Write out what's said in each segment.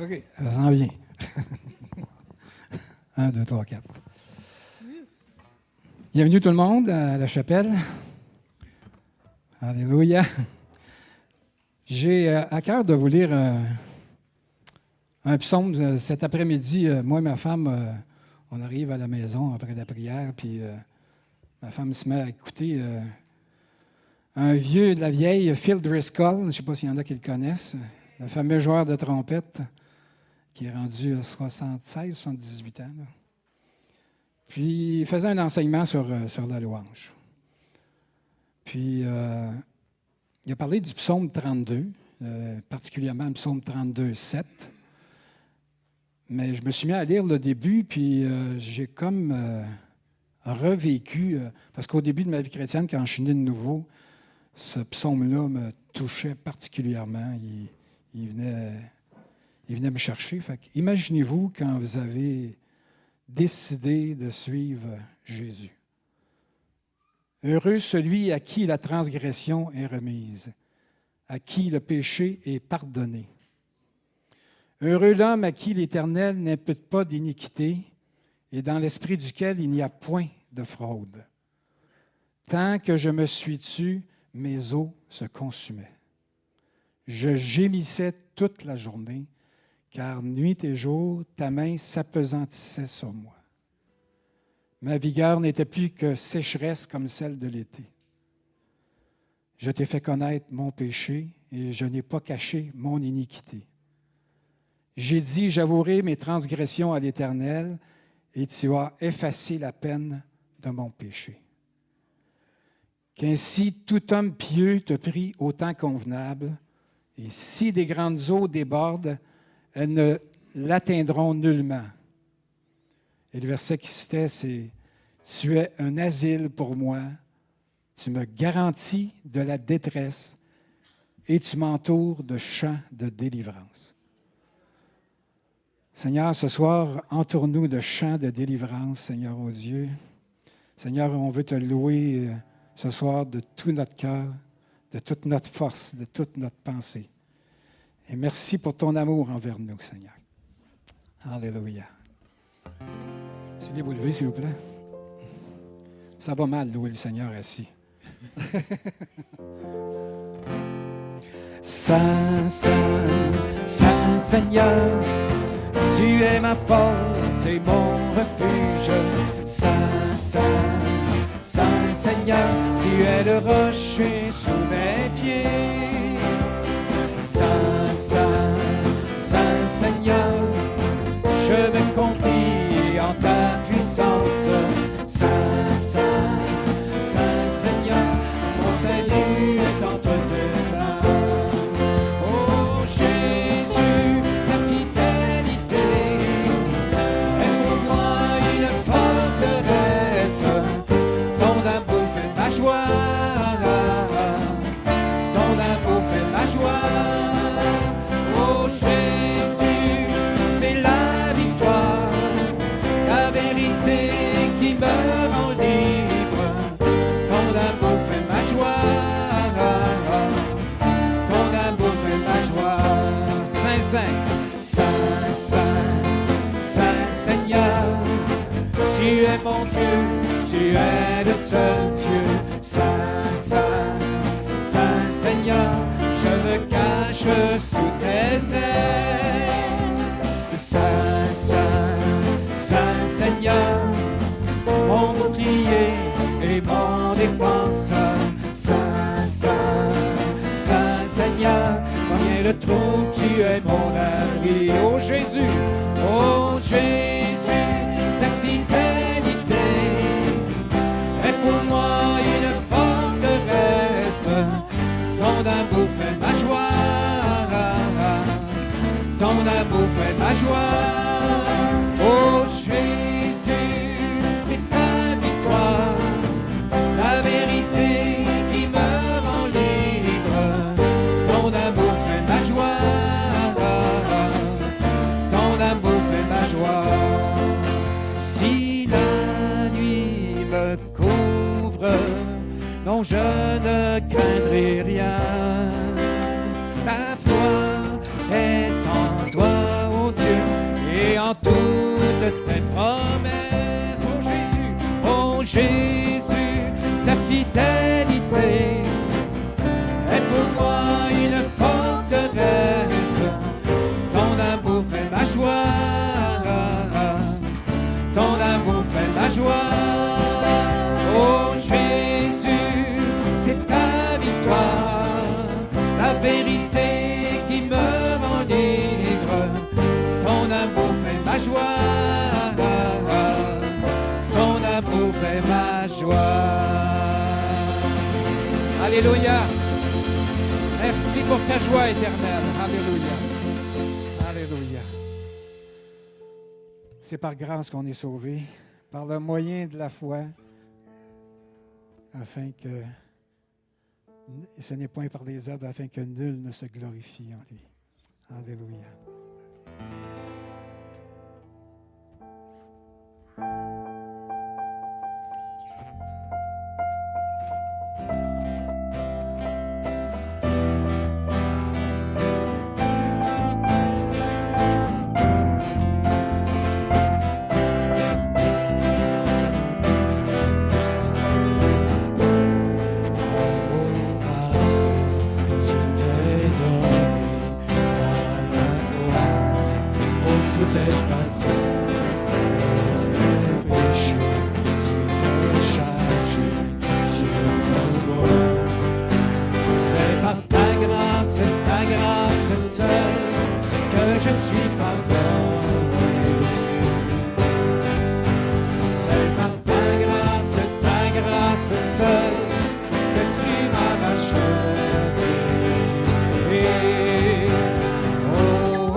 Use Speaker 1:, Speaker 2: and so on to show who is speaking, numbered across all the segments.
Speaker 1: OK, ça s'en vient. 1, 2, 3, 4. Bienvenue tout le monde à la chapelle. Alléluia. J'ai euh, à cœur de vous lire euh, un psaume euh, cet après-midi. Euh, Moi et ma femme, euh, on arrive à la maison après la prière, puis euh, ma femme se met à écouter euh, un vieux de la vieille, Phil Driscoll. Je ne sais pas s'il y en a qui le connaissent, le fameux joueur de trompette qui est rendu à 76, 78 ans. là. Puis il faisait un enseignement sur, euh, sur la louange. Puis euh, il a parlé du psaume 32, euh, particulièrement le psaume 32, 7. Mais je me suis mis à lire le début, puis euh, j'ai comme euh, revécu, euh, parce qu'au début de ma vie chrétienne, quand je suis né de nouveau, ce psaume-là me touchait particulièrement. Il, il venait, il venait me chercher. Fait que Imaginez-vous quand vous avez décidé de suivre Jésus. Heureux celui à qui la transgression est remise, à qui le péché est pardonné. Heureux l'homme à qui l'Éternel n'impute pas d'iniquité et dans l'esprit duquel il n'y a point de fraude. Tant que je me suis tu, mes os se consumaient. Je gémissais toute la journée, car nuit et jour, ta main s'apesantissait sur moi. Ma vigueur n'était plus que sécheresse comme celle de l'été. Je t'ai fait connaître mon péché et je n'ai pas caché mon iniquité. J'ai dit, j'avouerai mes transgressions à l'Éternel et tu as effacé la peine de mon péché. Qu'ainsi tout homme pieux te prie au temps convenable, et si des grandes eaux débordent, elles ne l'atteindront nullement. Et le verset qui citait, c'est Tu es un asile pour moi, tu me garantis de la détresse et tu m'entoures de champs de délivrance. Seigneur, ce soir, entoure-nous de champs de délivrance, Seigneur, oh Dieu. Seigneur, on veut te louer euh, ce soir de tout notre cœur, de toute notre force, de toute notre pensée. Et merci pour ton amour envers nous, Seigneur. Alléluia. Si vous voulez vous lever, s'il vous plaît. Ça va mal, louer le Seigneur assis. Saint, Saint, Saint Seigneur, tu es ma force et mon refuge. Saint, Saint, Saint Seigneur, tu es le rocher sous mes pieds. Saint, Saint, Saint Seigneur, je me confie en ta puissance. Saint, Saint, Saint Seigneur, mon salut est entre tes mains. Oh Jésus, ta fidélité est pour moi une forteresse. Ton amour fait ma joie. Ton amour fait ma joie. Oh Jésus, c'est la victoire, la vérité qui me rend libre. Ton amour fait ma joie. Ton amour fait ma joie. Saint Saint, Saint Saint, Saint Seigneur. Tu es mon Dieu, tu es le seul Dieu, Saint, Saint, Saint Seigneur, je me cache sous tes ailes. Saint, Saint, Saint Seigneur, mon bouclier et mon défenseur. Saint, Saint, Saint Seigneur, combien le trou, tu es mon abri. Oh Jésus, oh Jésus, ta fidélité est pour moi une forteresse. Ton amour fait ma joie ton amour fait ma joie. Oh Jésus, c'est ta victoire, la vérité qui me rend libre. Ton amour fait ma joie, ton amour fait ma joie. Si la nuit me couvre, non, je ne craindrai rien. Ta foi est en toi, ô Oh, Alléluia. Merci pour ta joie éternelle. Alléluia. Alléluia. C'est par grâce qu'on est sauvé, par le moyen de la foi, afin que ce n'est point par les œuvres, afin que nul ne se glorifie en lui. Alléluia. Oh, Oh,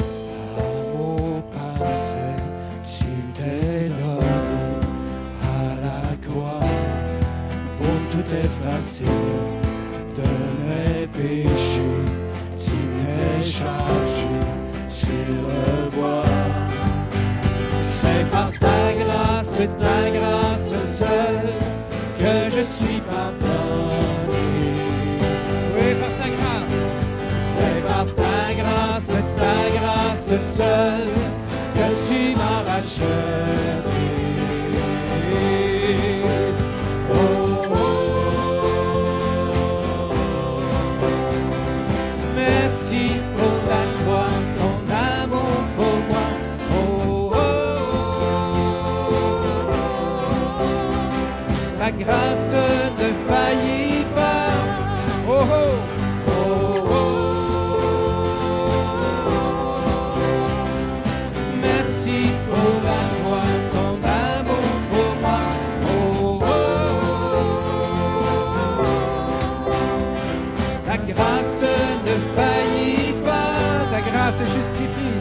Speaker 1: Oh, oh,
Speaker 2: Oh, oh. Oh, merci pour la croix, ton amour pour moi. Oh, oh, oh, oh. Ta grâce ne faillit pas, ta grâce justifie,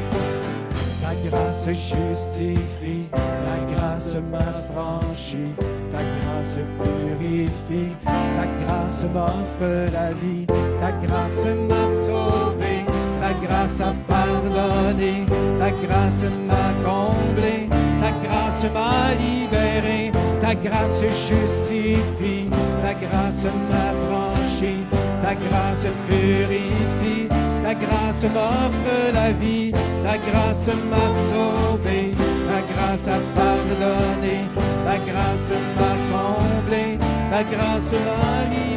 Speaker 2: ta grâce justifie, ta grâce m'affranchit, ta grâce purifie, ta grâce m'offre la vie, ta grâce m'a sauvé, ta grâce a pardonné, ta grâce m'a comblé, ta grâce m'a libéré, ta grâce justifie, ta grâce m'affranchit, ta grâce purifie, ta grâce m'offre la vie, ta grâce m'a sauvé, ta grâce a pardonné, ta grâce m'a comblé, ta grâce m'a libéré.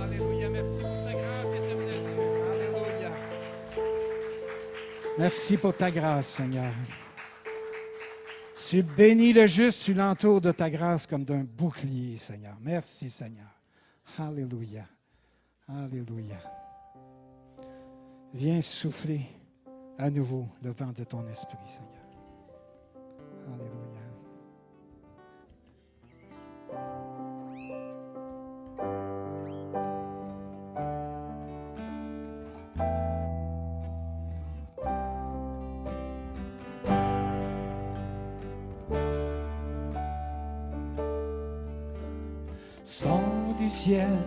Speaker 2: Alléluia, merci pour ta grâce éternelle Dieu. Alléluia.
Speaker 1: Merci pour ta grâce, Seigneur. Tu bénis le juste, tu l'entoures de ta grâce comme d'un bouclier, Seigneur. Merci, Seigneur. Alléluia. Alléluia. Viens souffler à nouveau le vent de ton esprit, Seigneur. Alléluia.
Speaker 2: Son du ciel,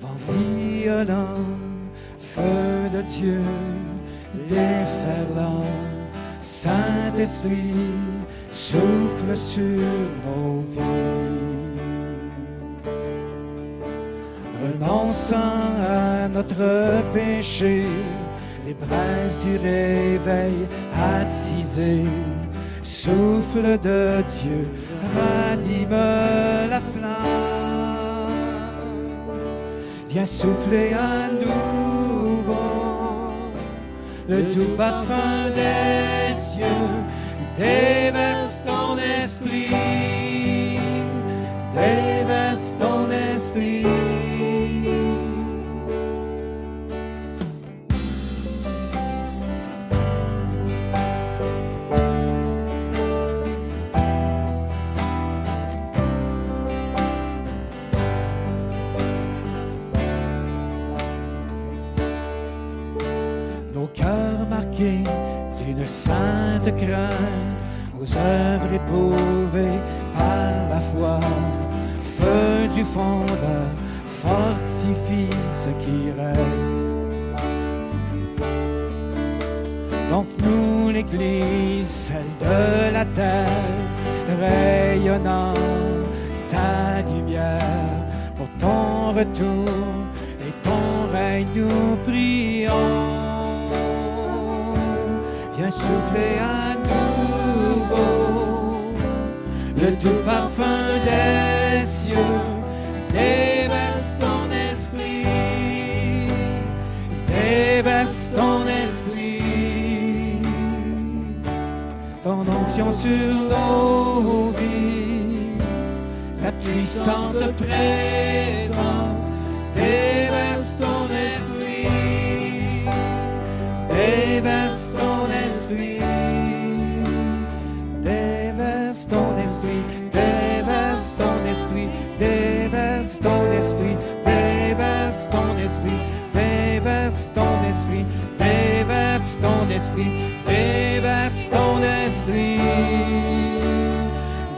Speaker 2: vent violent, feu de Dieu, déferlant, Saint-Esprit, souffle sur nos vies. Renonçant à notre péché, les braises du réveil attisées, souffle de Dieu, ranime la flamme. Viens souffler à nouveau le doux parfum des cieux, déverse ton esprit, déverse ton esprit. nos cœurs marqués d'une sainte crainte, aux œuvres éprouvées par la foi. Feu du fondeur fortifie ce qui reste. Donc nous, l'Église, celle de la terre, rayonnant ta lumière pour ton retour et ton règne, nous prions. Viens souffler à nouveau le doux parfum des cieux. Déverse ton esprit, déverse ton esprit ton onction sur nos vies, ta puissante présence déverse ton esprit, déverse ton esprit, déverse ton esprit, déverse ton esprit, déverse ton esprit, déverse ton esprit, déverse ton esprit, déverse ton esprit, déverse ton esprit.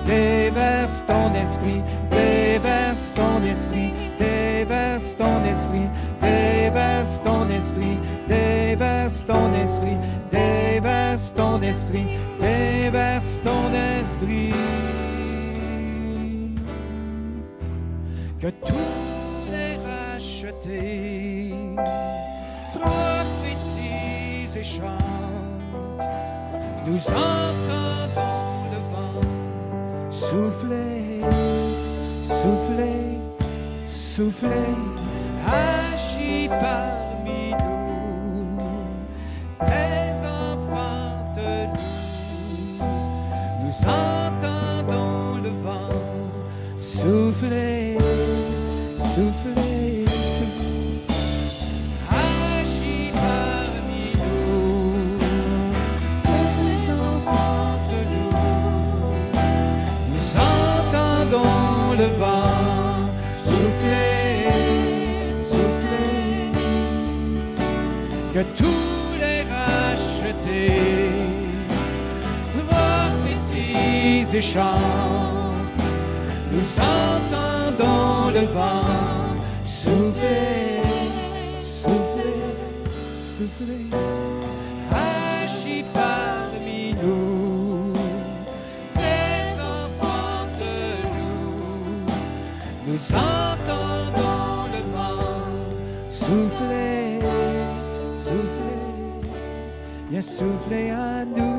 Speaker 2: Déverse ton esprit, déverse ton esprit, déverse ton esprit, déverse ton esprit, déverse ton esprit, déverse ton esprit, déverse ton esprit que tout est racheté. Prophétise et chante, nous entendons le vent souffler, souffler, souffler, agir. vie parmi nous, tes enfants de nous. Nous entendons le vent souffler, souffler, souffler. Agis parmi nous, tes enfants de nous. Nous entendons le vent souffler, souffler que tous les rachetés prophétisent et chantent. Nous entendons le vent souffler, souffler, souffler. Agis parmi nous, les enfants de nous. Nous entendons le vent souffler, souffler, viens souffler à nouveau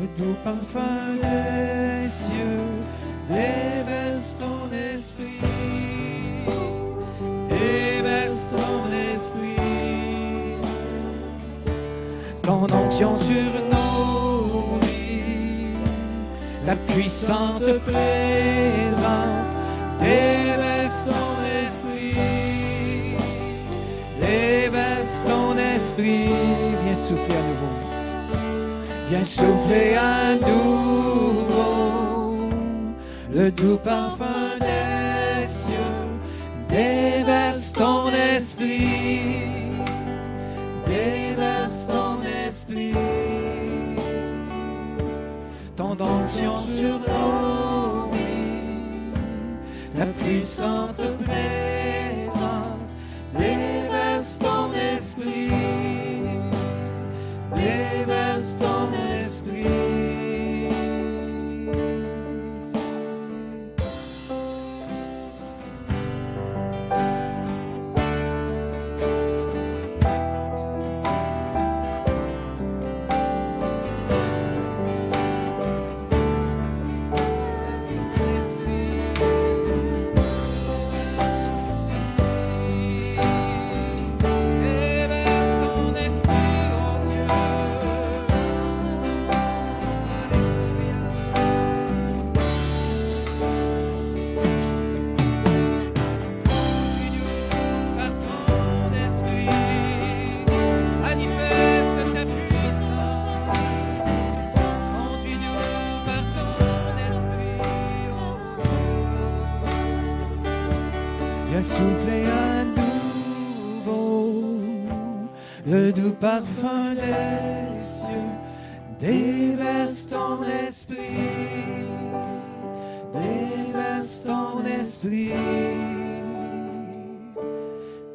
Speaker 2: le doux parfum des cieux. Déverse ton esprit, déverse ton esprit ton onction sur nos vies, ta puissante présence déverse ton esprit, déverse ton esprit, viens souffler à nouveau, viens souffler à nouveau, le doux parfum des cieux, déverse ton esprit, déverse ton esprit, ton onction sur nos vies, ta puissante présence, déverse ton esprit, déverse ton esprit. Déverse ton esprit, oh Dieu. Conduis-nous par ton esprit, manifeste ta puissance. Conduis-nous par ton esprit, oh Dieu. Viens souffler à nouveau le doux parfum des cieux. Déverse ton esprit, déverse ton esprit,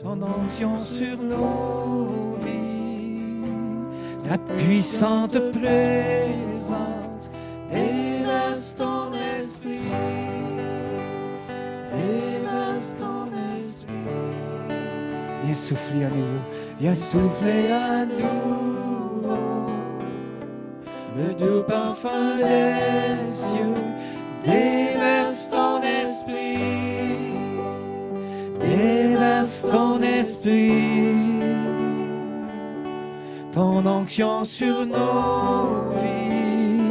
Speaker 2: ton onction sur nos vies, ta puissante présence. Déverse ton esprit. Déverse ton esprit. Viens souffler à nouveau. Viens souffler à nouveau. Le doux parfum des cieux. Déverse ton esprit. Déverse ton esprit. Ton onction sur nos vies.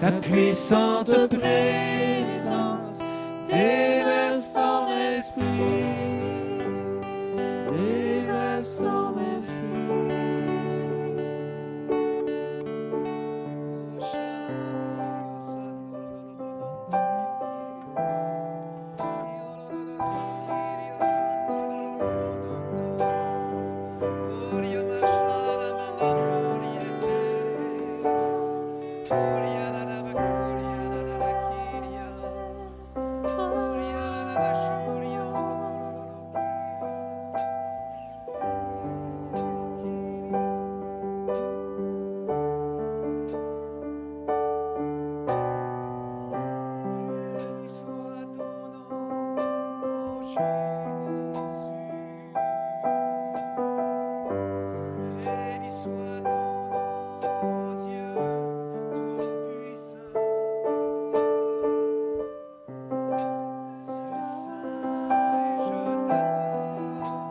Speaker 2: Ta puissante présence. Déverse ton esprit. Déverse ton Dieu Tout-Puissant, Dieu Saint et je t'aime.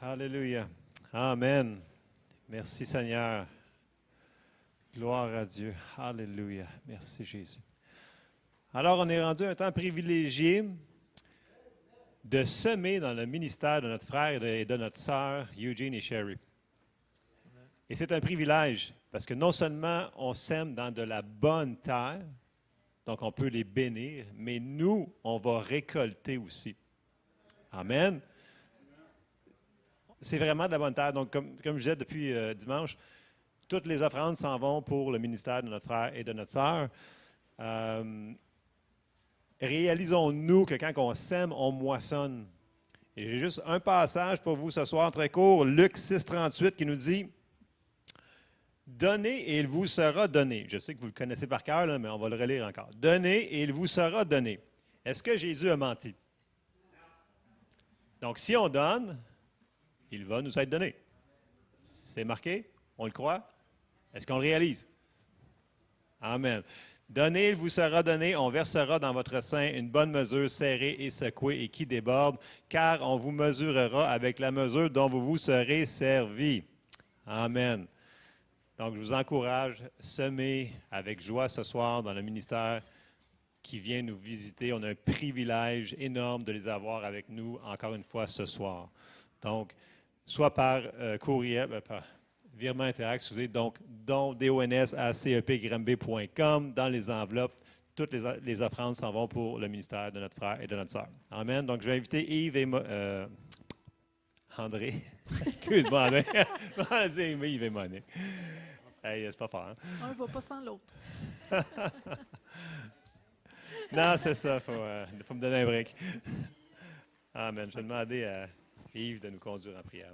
Speaker 3: Alléluia. Amen. Merci Seigneur. Gloire à Dieu. Alléluia. Merci Jésus. Alors, on est rendu à un temps privilégié de semer dans le ministère de notre frère et de, et de notre sœur, Eugene et Sherry. Et c'est un privilège parce que non seulement on sème dans de la bonne terre, donc on peut les bénir, mais nous, on va récolter aussi. Amen. C'est vraiment de la bonne terre. Donc, comme, comme je disais depuis euh, dimanche, toutes les offrandes s'en vont pour le ministère de notre frère et de notre sœur. Euh, Réalisons-nous que quand on sème, on moissonne. Et j'ai juste un passage pour vous ce soir, très court, Luc 6, 38, qui nous dit Donnez et il vous sera donné. Je sais que vous le connaissez par cœur, là, mais on va le relire encore. Donnez et il vous sera donné. Est-ce que Jésus a menti? Donc, si on donne, il va nous être donné. C'est marqué? On le croit? Est-ce qu'on le réalise? Amen. Donnez, il vous sera donné, on versera dans votre sein une bonne mesure serrée et secouée et qui déborde, car on vous mesurera avec la mesure dont vous vous serez servi. Amen. Donc, je vous encourage, semez avec joie ce soir dans le ministère qui vient nous visiter. On a un privilège énorme de les avoir avec nous encore une fois ce soir. Donc, soit par euh, courriel, ben, par virement interact, excusez, donc don, dons à E cepgrimb.com dans les enveloppes. Toutes les, les offrandes s'en vont pour le ministère de notre frère et de notre sœur. Amen. Donc, je vais inviter Yves et Mo- euh, André. Excuse-moi, André. Non, on a dit Yves et Monique. Hey, c'est pas fort, hein?
Speaker 4: Un va pas sans l'autre.
Speaker 3: Non, c'est ça. Il faut, euh, faut me donner un break. Amen. Je vais demander à Yves de nous conduire en prière.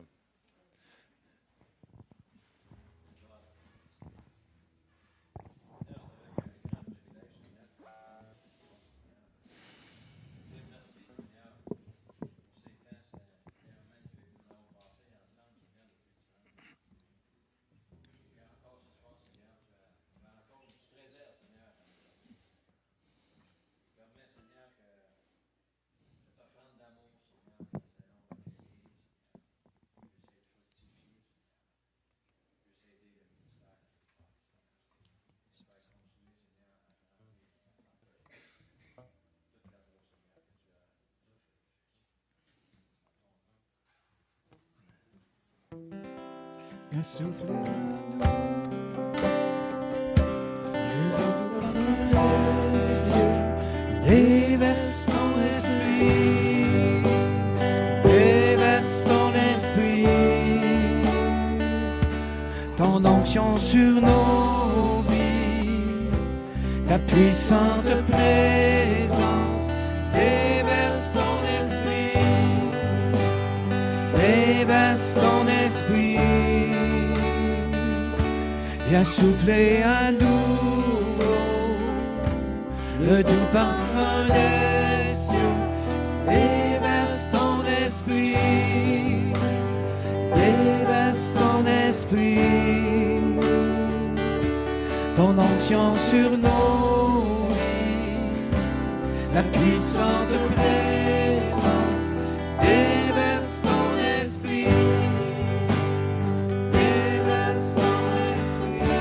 Speaker 2: Un souffle doux. Nous ouvrons les yeux, déverse ton esprit, déverse ton esprit, ton onction sur nos vies, ta puissante présence, déverse ton esprit, déverse ton esprit. Viens souffler à nouveau le doux parfum des cieux. Déverse ton esprit, déverse ton esprit. Ton onction sur nos vies, la puissante présence. Déverse ton esprit, Déverse ton esprit.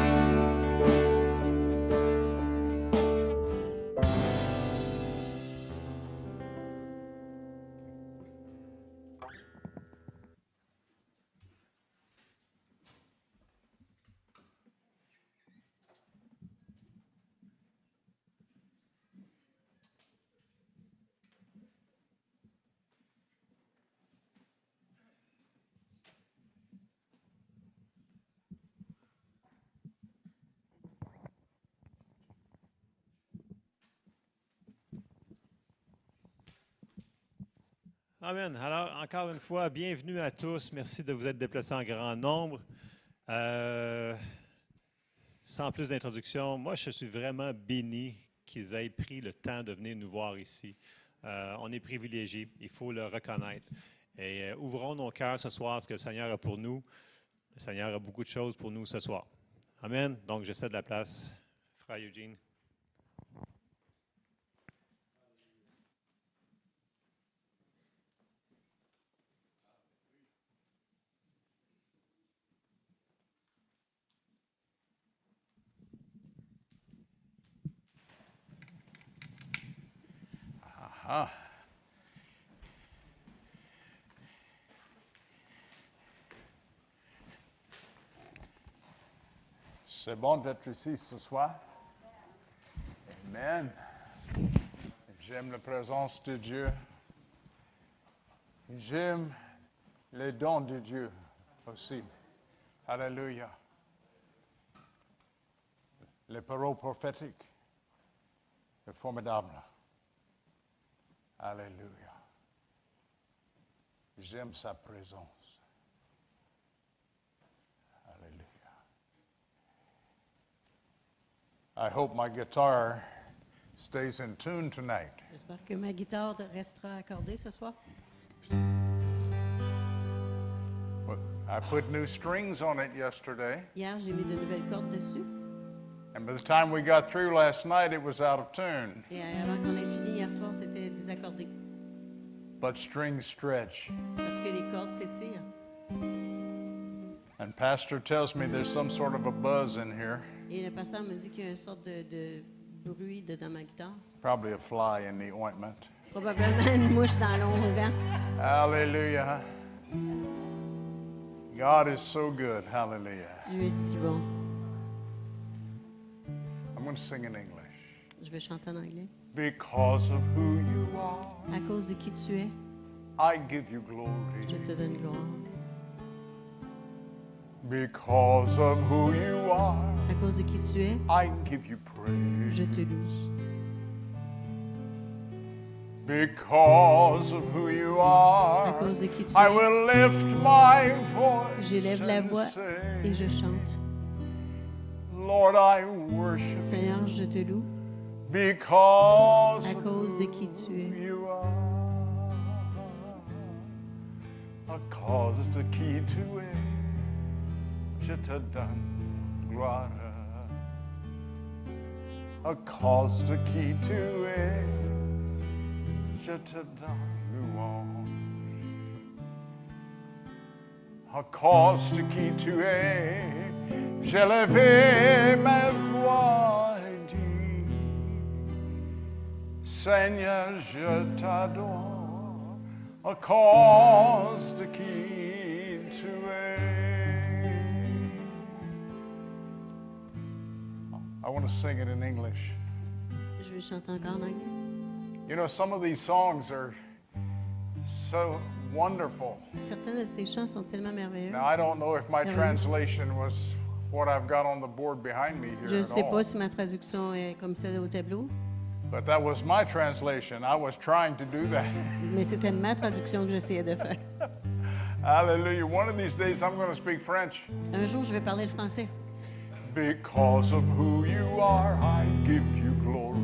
Speaker 3: Amen. Alors, encore une fois, bienvenue à tous. Merci de vous être déplacés en grand nombre. Euh, sans plus d'introduction, moi, je suis vraiment béni qu'ils aient pris le temps de venir nous voir ici. Euh, on est privilégiés, il faut le reconnaître. Et euh, ouvrons nos cœurs ce soir, ce que le Seigneur a pour nous. Le Seigneur a beaucoup de choses pour nous ce soir. Amen. Donc, j'essaie de la place. Frère Eugene.
Speaker 4: Ah. C'est bon d'être ici ce soir. Amen. J'aime la présence de Dieu. J'aime les dons de Dieu aussi. Alléluia. Les paroles prophétiques. C'est formidable. Alléluia. J'aime sa présence. Alléluia. I hope my guitar stays in tune tonight.
Speaker 5: J'espère que ma guitare te restera accordée ce soir.
Speaker 4: But I put new strings on it yesterday,
Speaker 5: Hier, j'ai mis de nouvelles cordes dessus.
Speaker 4: and by the time we got through last night, it was out of tune.
Speaker 5: Et euh, avant qu'on ait fini hier soir, c'était désaccordé.
Speaker 4: But strings stretch.
Speaker 5: Parce que les cordes s'étirent.
Speaker 4: And Pastor tells me there's some sort of a buzz in here,
Speaker 5: Et le pasteur me dit qu'il y a une sorte de, de bruit de- dans ma guitare.
Speaker 4: probably a fly in the ointment.
Speaker 5: Probablement une mouche dans l'ongle.
Speaker 4: Hallelujah. God is so good. Hallelujah.
Speaker 5: Dieu est si bon.
Speaker 4: I'm going to sing in English.
Speaker 5: Je vais chanter en anglais.
Speaker 4: Because of who you are,
Speaker 5: À cause de qui tu es,
Speaker 4: I give you
Speaker 5: je
Speaker 4: glory.
Speaker 5: te donne gloire.
Speaker 4: Because of who you are,
Speaker 5: À cause de qui tu es,
Speaker 4: I give you praise.
Speaker 5: je te loue.
Speaker 4: Because of who you
Speaker 5: À
Speaker 4: are,
Speaker 5: cause de qui tu
Speaker 4: I
Speaker 5: es,
Speaker 4: will lift my voice
Speaker 5: j'élève la
Speaker 4: and
Speaker 5: voix et
Speaker 4: say,
Speaker 5: je chante.
Speaker 4: Lord, I worship
Speaker 5: Seigneur, je te loue.
Speaker 4: because
Speaker 5: À
Speaker 4: of
Speaker 5: cause de qui tu es,
Speaker 4: you are. A cause de qui tu es, je te donne gloire. A cause de qui tu es, je te donne louange. A cause de qui tu es, j'ai levé ma voix et dit, Seigneur, je t'adore à cause de qui tu es. I want to sing it in English.
Speaker 5: je vais chanter encore en anglais.
Speaker 4: You know, some of these songs are so wonderful.
Speaker 5: Certains de ces chants sont tellement merveilleux.
Speaker 4: Now, I don't know if my
Speaker 5: Yeah.
Speaker 4: translation was what I've got on the board behind me
Speaker 5: Je
Speaker 4: here
Speaker 5: ne
Speaker 4: at
Speaker 5: sais pas
Speaker 4: all.
Speaker 5: si ma traduction est comme celle au tableau,
Speaker 4: But that was my translation. I was trying to do that.
Speaker 5: mais c'était ma traduction que j'essayais de faire.
Speaker 4: Hallelujah. One of these days, I'm going to speak French.
Speaker 5: Un jour, je vais parler le français.
Speaker 4: Because of who you are, I give you glory.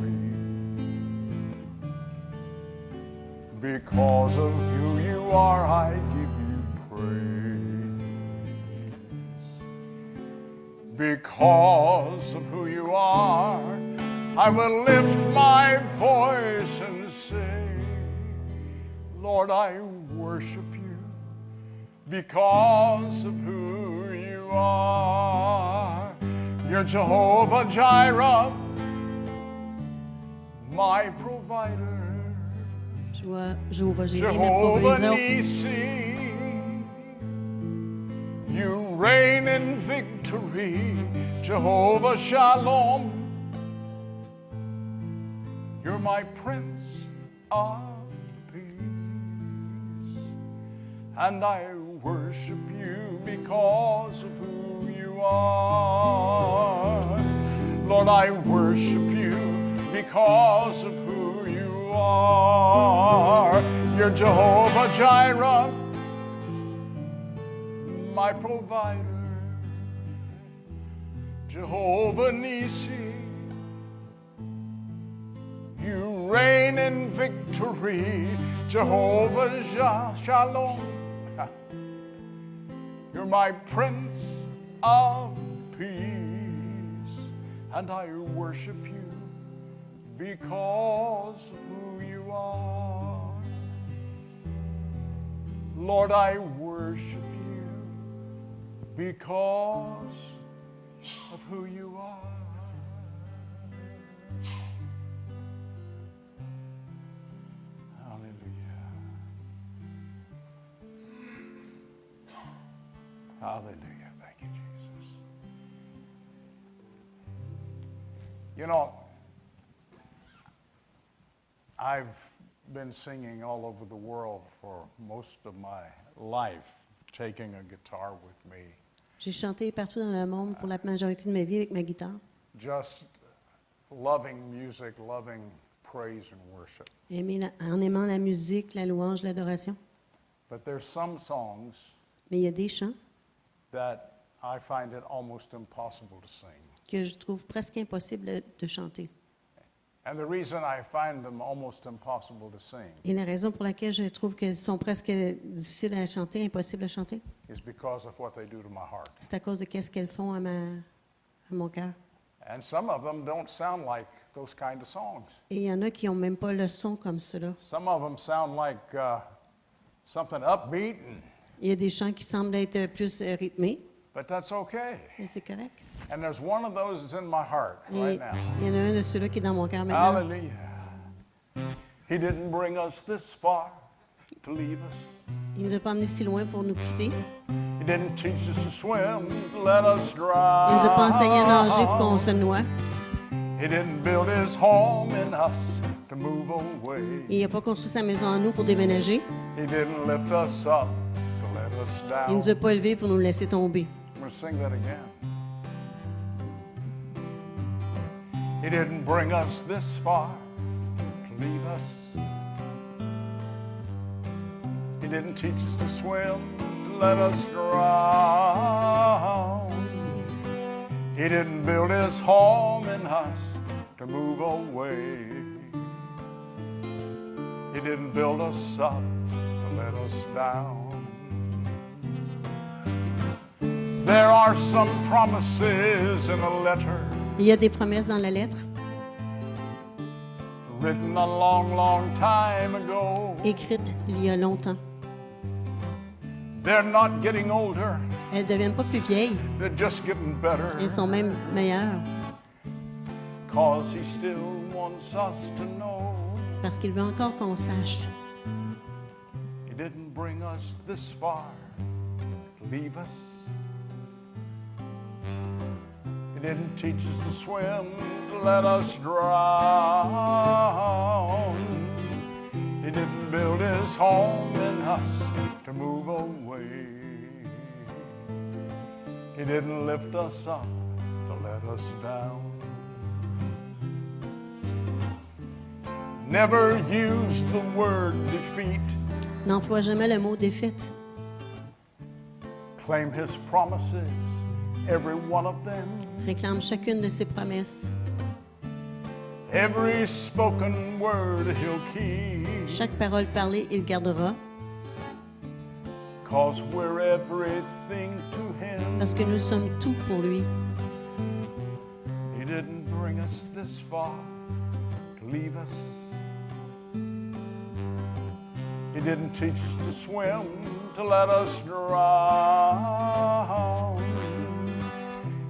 Speaker 4: Because of who you are, I give you praise. Because of who you are, I will lift my voice and say, Lord, I worship you because of who you are. You're Jehovah Jireh, my provider.
Speaker 5: Joie- Jéhovah Jireh, notre
Speaker 4: Jehovah
Speaker 5: proviseur.
Speaker 4: Nisi, you reign in victory. Jehovah Shalom, you're my Prince of Peace. And I worship you because of who you are. Lord, I worship you because of who you are. You're Jehovah Jireh, my provider. Jehovah Nisi, you reign in victory. Jehovah Jah- Shalom. You're my Prince of Peace, and I worship you because of who you are. Lord, I worship you because of who you are. Hallelujah. Thank you, Jesus. You know, I've been singing all over the world for most of my life, taking a guitar with me.
Speaker 5: J'ai chanté partout dans le monde pour la majorité de ma vie avec ma guitare.
Speaker 4: Just loving music, loving praise and worship.
Speaker 5: Aimer la- en aimant la musique, la louange, l'adoration.
Speaker 4: But there's some songs
Speaker 5: Mais il y a des chants
Speaker 4: that I find it almost impossible to sing.
Speaker 5: que je trouve presque impossible de chanter.
Speaker 4: And the reason I find them almost impossible to sing
Speaker 5: Et la raison pour laquelle je trouve qu'elles sont presque difficiles à chanter, impossibles à chanter,
Speaker 4: is because of what they do to my heart.
Speaker 5: c'est à cause de qu'est-ce qu'elles font à, ma, à mon cœur.
Speaker 4: And some of them don't sound like those kind of songs.
Speaker 5: Et il y en a qui n'ont même pas le son comme cela.
Speaker 4: Some of them sound like uh, something upbeat, and,
Speaker 5: Il y a des chants qui semblent être plus euh, rythmés,
Speaker 4: but that's okay.
Speaker 5: et c'est correct.
Speaker 4: And there's one of those that's in my heart
Speaker 5: Et
Speaker 4: right now.
Speaker 5: il y en a un de ceux-là qui est dans mon cœur
Speaker 4: Ah,
Speaker 5: maintenant.
Speaker 4: Hallelujah. He didn't bring us this far to leave us.
Speaker 5: Il nous a pas emmenés si loin pour nous quitter.
Speaker 4: He didn't teach us to swim to let us drown.
Speaker 5: Il nous a pas enseigné à nager pour qu'on se noie.
Speaker 4: He didn't build his home in us to move away.
Speaker 5: Il n'a pas construit sa maison en nous pour déménager.
Speaker 4: He didn't lift us up to let us down.
Speaker 5: Il nous a pas élevés pour nous laisser tomber.
Speaker 4: I'm going to sing that again. He didn't bring us this far to leave us. He didn't teach us to swim to let us drown. He didn't build his home in us to move away. He didn't build us up to let us down. There are some promises in a letter
Speaker 5: Il y a des promesses dans la lettre,
Speaker 4: written a long, long time ago.
Speaker 5: écrites il y a longtemps.
Speaker 4: They're not getting older,
Speaker 5: Elles ne deviennent pas plus vieilles,
Speaker 4: they're just getting better.
Speaker 5: elles sont même meilleures,
Speaker 4: Cause he still wants us to know
Speaker 5: parce qu'il veut encore qu'on sache.
Speaker 4: he didn't bring us this far to leave us. He didn't teach us to swim to let us drown. He didn't build his home in us to move away. He didn't lift us up to let us down. Never use the word defeat.
Speaker 5: N'emploie jamais le mot défaite.
Speaker 4: Claim his promises, every one of them.
Speaker 5: Réclame chacune de ses promesses.
Speaker 4: Every spoken word he'll keep.
Speaker 5: Chaque parole parlée, il gardera,
Speaker 4: Cause we're everything to him.
Speaker 5: parce que nous sommes tout pour lui.
Speaker 4: He didn't bring us this far to leave us. He didn't teach us to swim to let us drown.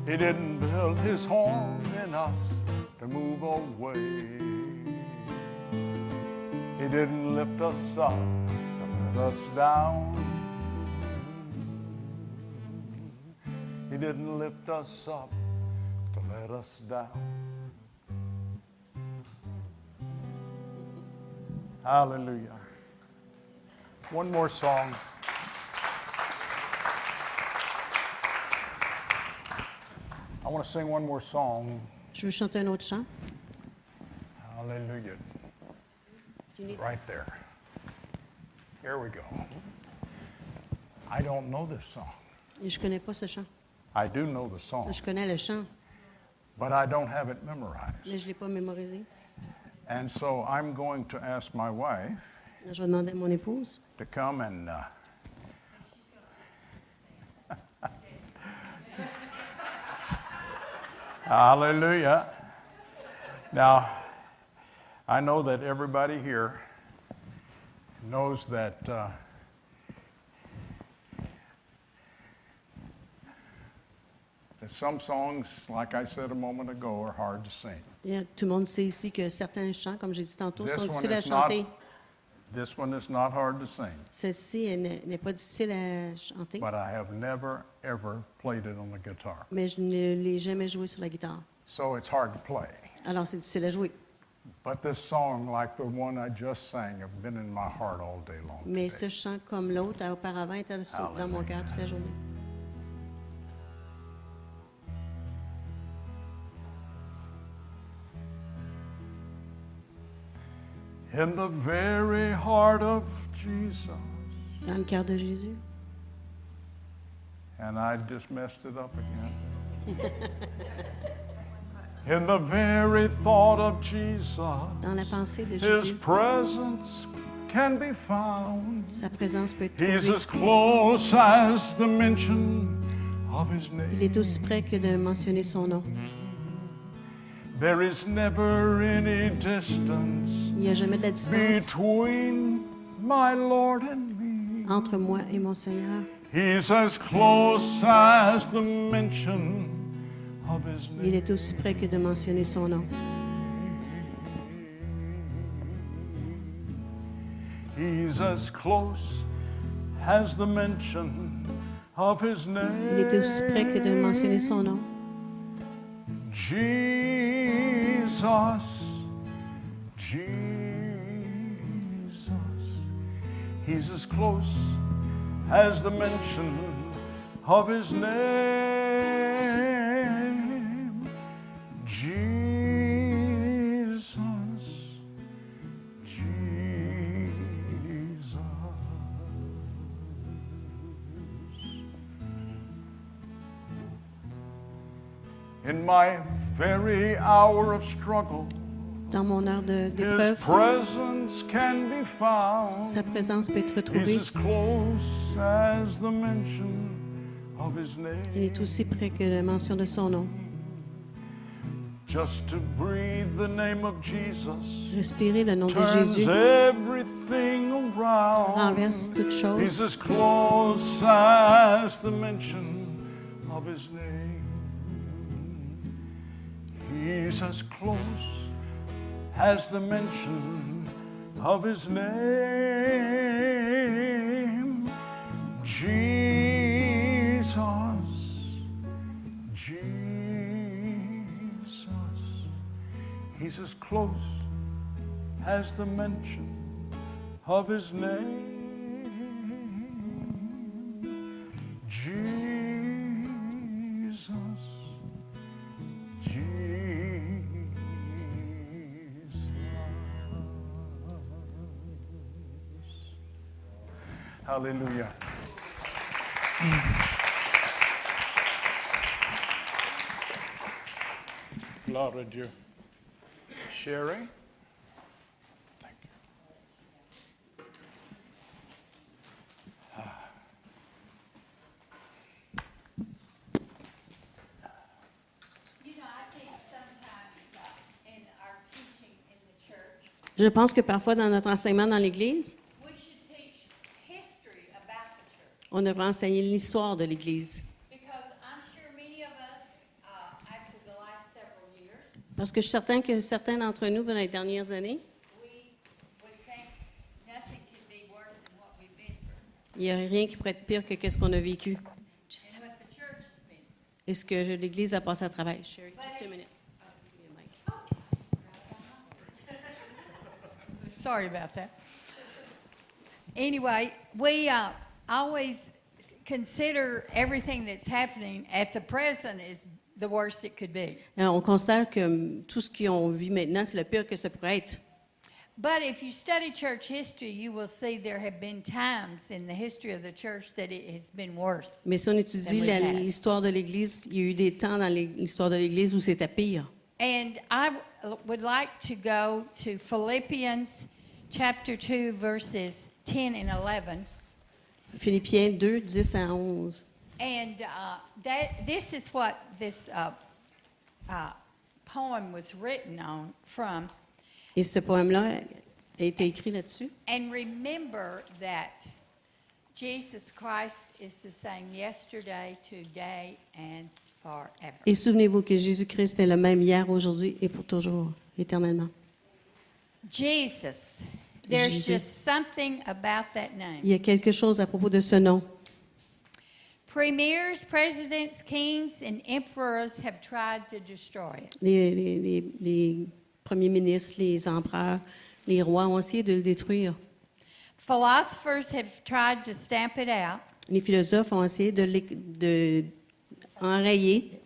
Speaker 4: He didn't build his home in us to move away. He didn't lift us up to let us down. He didn't lift us up to let us down. Hallelujah. One more song. I want to sing one more song.
Speaker 5: Je veux chanter un autre chant.
Speaker 4: Hallelujah.
Speaker 5: Tu n'es-
Speaker 4: Right there. Here we go. I don't know this song.
Speaker 5: Et Je connais pas ce chant.
Speaker 4: I do know the song,
Speaker 5: Je connais le chant,
Speaker 4: but I don't have it memorized.
Speaker 5: mais je l'ai pas mémorisé.
Speaker 4: And so I'm going to ask my wife
Speaker 5: Je vais demander à mon épouse.
Speaker 4: to come and uh, hallelujah now i know that everybody here knows that uh, that some songs like i said a moment ago are hard to sing
Speaker 5: Et Tout le monde sait ici que certains chants, comme j'ai dit tantôt,
Speaker 4: This
Speaker 5: sont
Speaker 4: one
Speaker 5: difficiles à
Speaker 4: is not-
Speaker 5: chanter.
Speaker 4: This one is not hard to sing,
Speaker 5: Celle-ci elle n'est n'est pas difficile à chanter,
Speaker 4: but I have never, ever played it on the guitar.
Speaker 5: mais je ne l'ai jamais jouée sur la guitare.
Speaker 4: So it's hard to play.
Speaker 5: Alors, c'est difficile à jouer.
Speaker 4: But this song, like the one I just sang, have been in my heart all day long.
Speaker 5: Mais ce
Speaker 4: today.
Speaker 5: chant, comme l'autre, a auparavant, était sur- dans mon cœur toute la journée.
Speaker 4: In the very heart of Jesus.
Speaker 5: Dans le cœur de Jésus.
Speaker 4: And I just messed it up again. In the very thought of Jesus,
Speaker 5: Dans la pensée de
Speaker 4: His
Speaker 5: Jésus,
Speaker 4: presence can be found.
Speaker 5: sa présence peut être
Speaker 4: He's
Speaker 5: trouvée.
Speaker 4: as close as the mention of His
Speaker 5: Il
Speaker 4: name.
Speaker 5: est aussi près que de mentionner son nom.
Speaker 4: There is never any distance
Speaker 5: Il n'y a jamais de la distance
Speaker 4: between my Lord and me.
Speaker 5: entre moi et mon Seigneur.
Speaker 4: He's as close as the mention of His name.
Speaker 5: Il est aussi près que de mentionner son nom.
Speaker 4: He's as close as the mention of his name.
Speaker 5: Il est aussi près que de mentionner son nom.
Speaker 4: Jesus, Jesus. He's as close as the mention of his name. Jesus, Jesus. In my very hour of struggle,
Speaker 5: Dans mon heure de-
Speaker 4: his
Speaker 5: d'épreuve,
Speaker 4: presence can be
Speaker 5: sa
Speaker 4: found.
Speaker 5: présence peut être
Speaker 4: He's
Speaker 5: retrouvée.
Speaker 4: as close as the mention of his
Speaker 5: Il est
Speaker 4: name.
Speaker 5: aussi près que la mention de son nom.
Speaker 4: Just to breathe the name of Jesus
Speaker 5: Respirer le nom de
Speaker 4: turns
Speaker 5: Jésus
Speaker 4: everything around.
Speaker 5: renverse toute
Speaker 4: He's
Speaker 5: chose.
Speaker 4: as close as the mention of his name. He's as close as the mention of his name. Jesus, Jesus. He's as close as the mention of his name. Jesus, Jesus. Hallelujah. Glory to you. Sherry?
Speaker 6: You know, I think sometimes uh, in our teaching in the church,
Speaker 5: Je pense que parfois, dans notre enseignement dans l'Église,
Speaker 6: we should teach history about the church
Speaker 5: on devrait enseigner l'histoire de l'Église.
Speaker 6: because I'm sure many of us, uh, after the last several years,
Speaker 5: Parce que je suis certain que certains d'entre nous, dans les dernières années,
Speaker 6: we would think nothing can be worse than what we've been through
Speaker 5: il n'y a rien qui pourrait être pire que qu'est-ce qu'on a vécu
Speaker 6: and what the church has been. through.
Speaker 5: et ce que l'Église a passé à travers. Sherry, just a minute. Give me a mic.
Speaker 6: Sorry about that. Anyway, we uh, always consider everything that's happening at the present is the worst it could be.
Speaker 5: Alors, Hein, on considère que hum, tout ce qu'on vit maintenant, c'est le pire que ça pourrait être.
Speaker 6: But if you study church history, you will see there have been times in the history of the church that it has been worse.
Speaker 5: Mais si on étudie
Speaker 6: Then we
Speaker 5: la-
Speaker 6: had.
Speaker 5: l'histoire de l'Église, il y a eu des temps dans l'Ég- l'histoire de l'Église où c'était pire.
Speaker 6: And I w- would like to go to Philippians chapter 2, verses 10 and 11.
Speaker 5: Philippiens 2, 10 à 11.
Speaker 6: And uh, that, this is what this uh, uh, poem was written on from.
Speaker 5: Et ce poème-là a été écrit là-dessus.
Speaker 6: And remember that Jesus Christ is the same yesterday, today, and forever.
Speaker 5: Et souvenez-vous que Jésus-Christ est le même hier, aujourd'hui et pour toujours, éternellement.
Speaker 6: Jesus There's
Speaker 5: Jésus.
Speaker 6: just something about that
Speaker 5: Il y
Speaker 6: name.
Speaker 5: a quelque chose à propos de ce nom.
Speaker 6: Premiers, presidents, kings, and emperors have tried to destroy it.
Speaker 5: Les, les- les- les premiers ministres, les empereurs, les rois ont essayé de le détruire.
Speaker 6: Philosophers have tried to stamp it out.
Speaker 5: Les philosophes ont essayé de, l'é- de enrayer.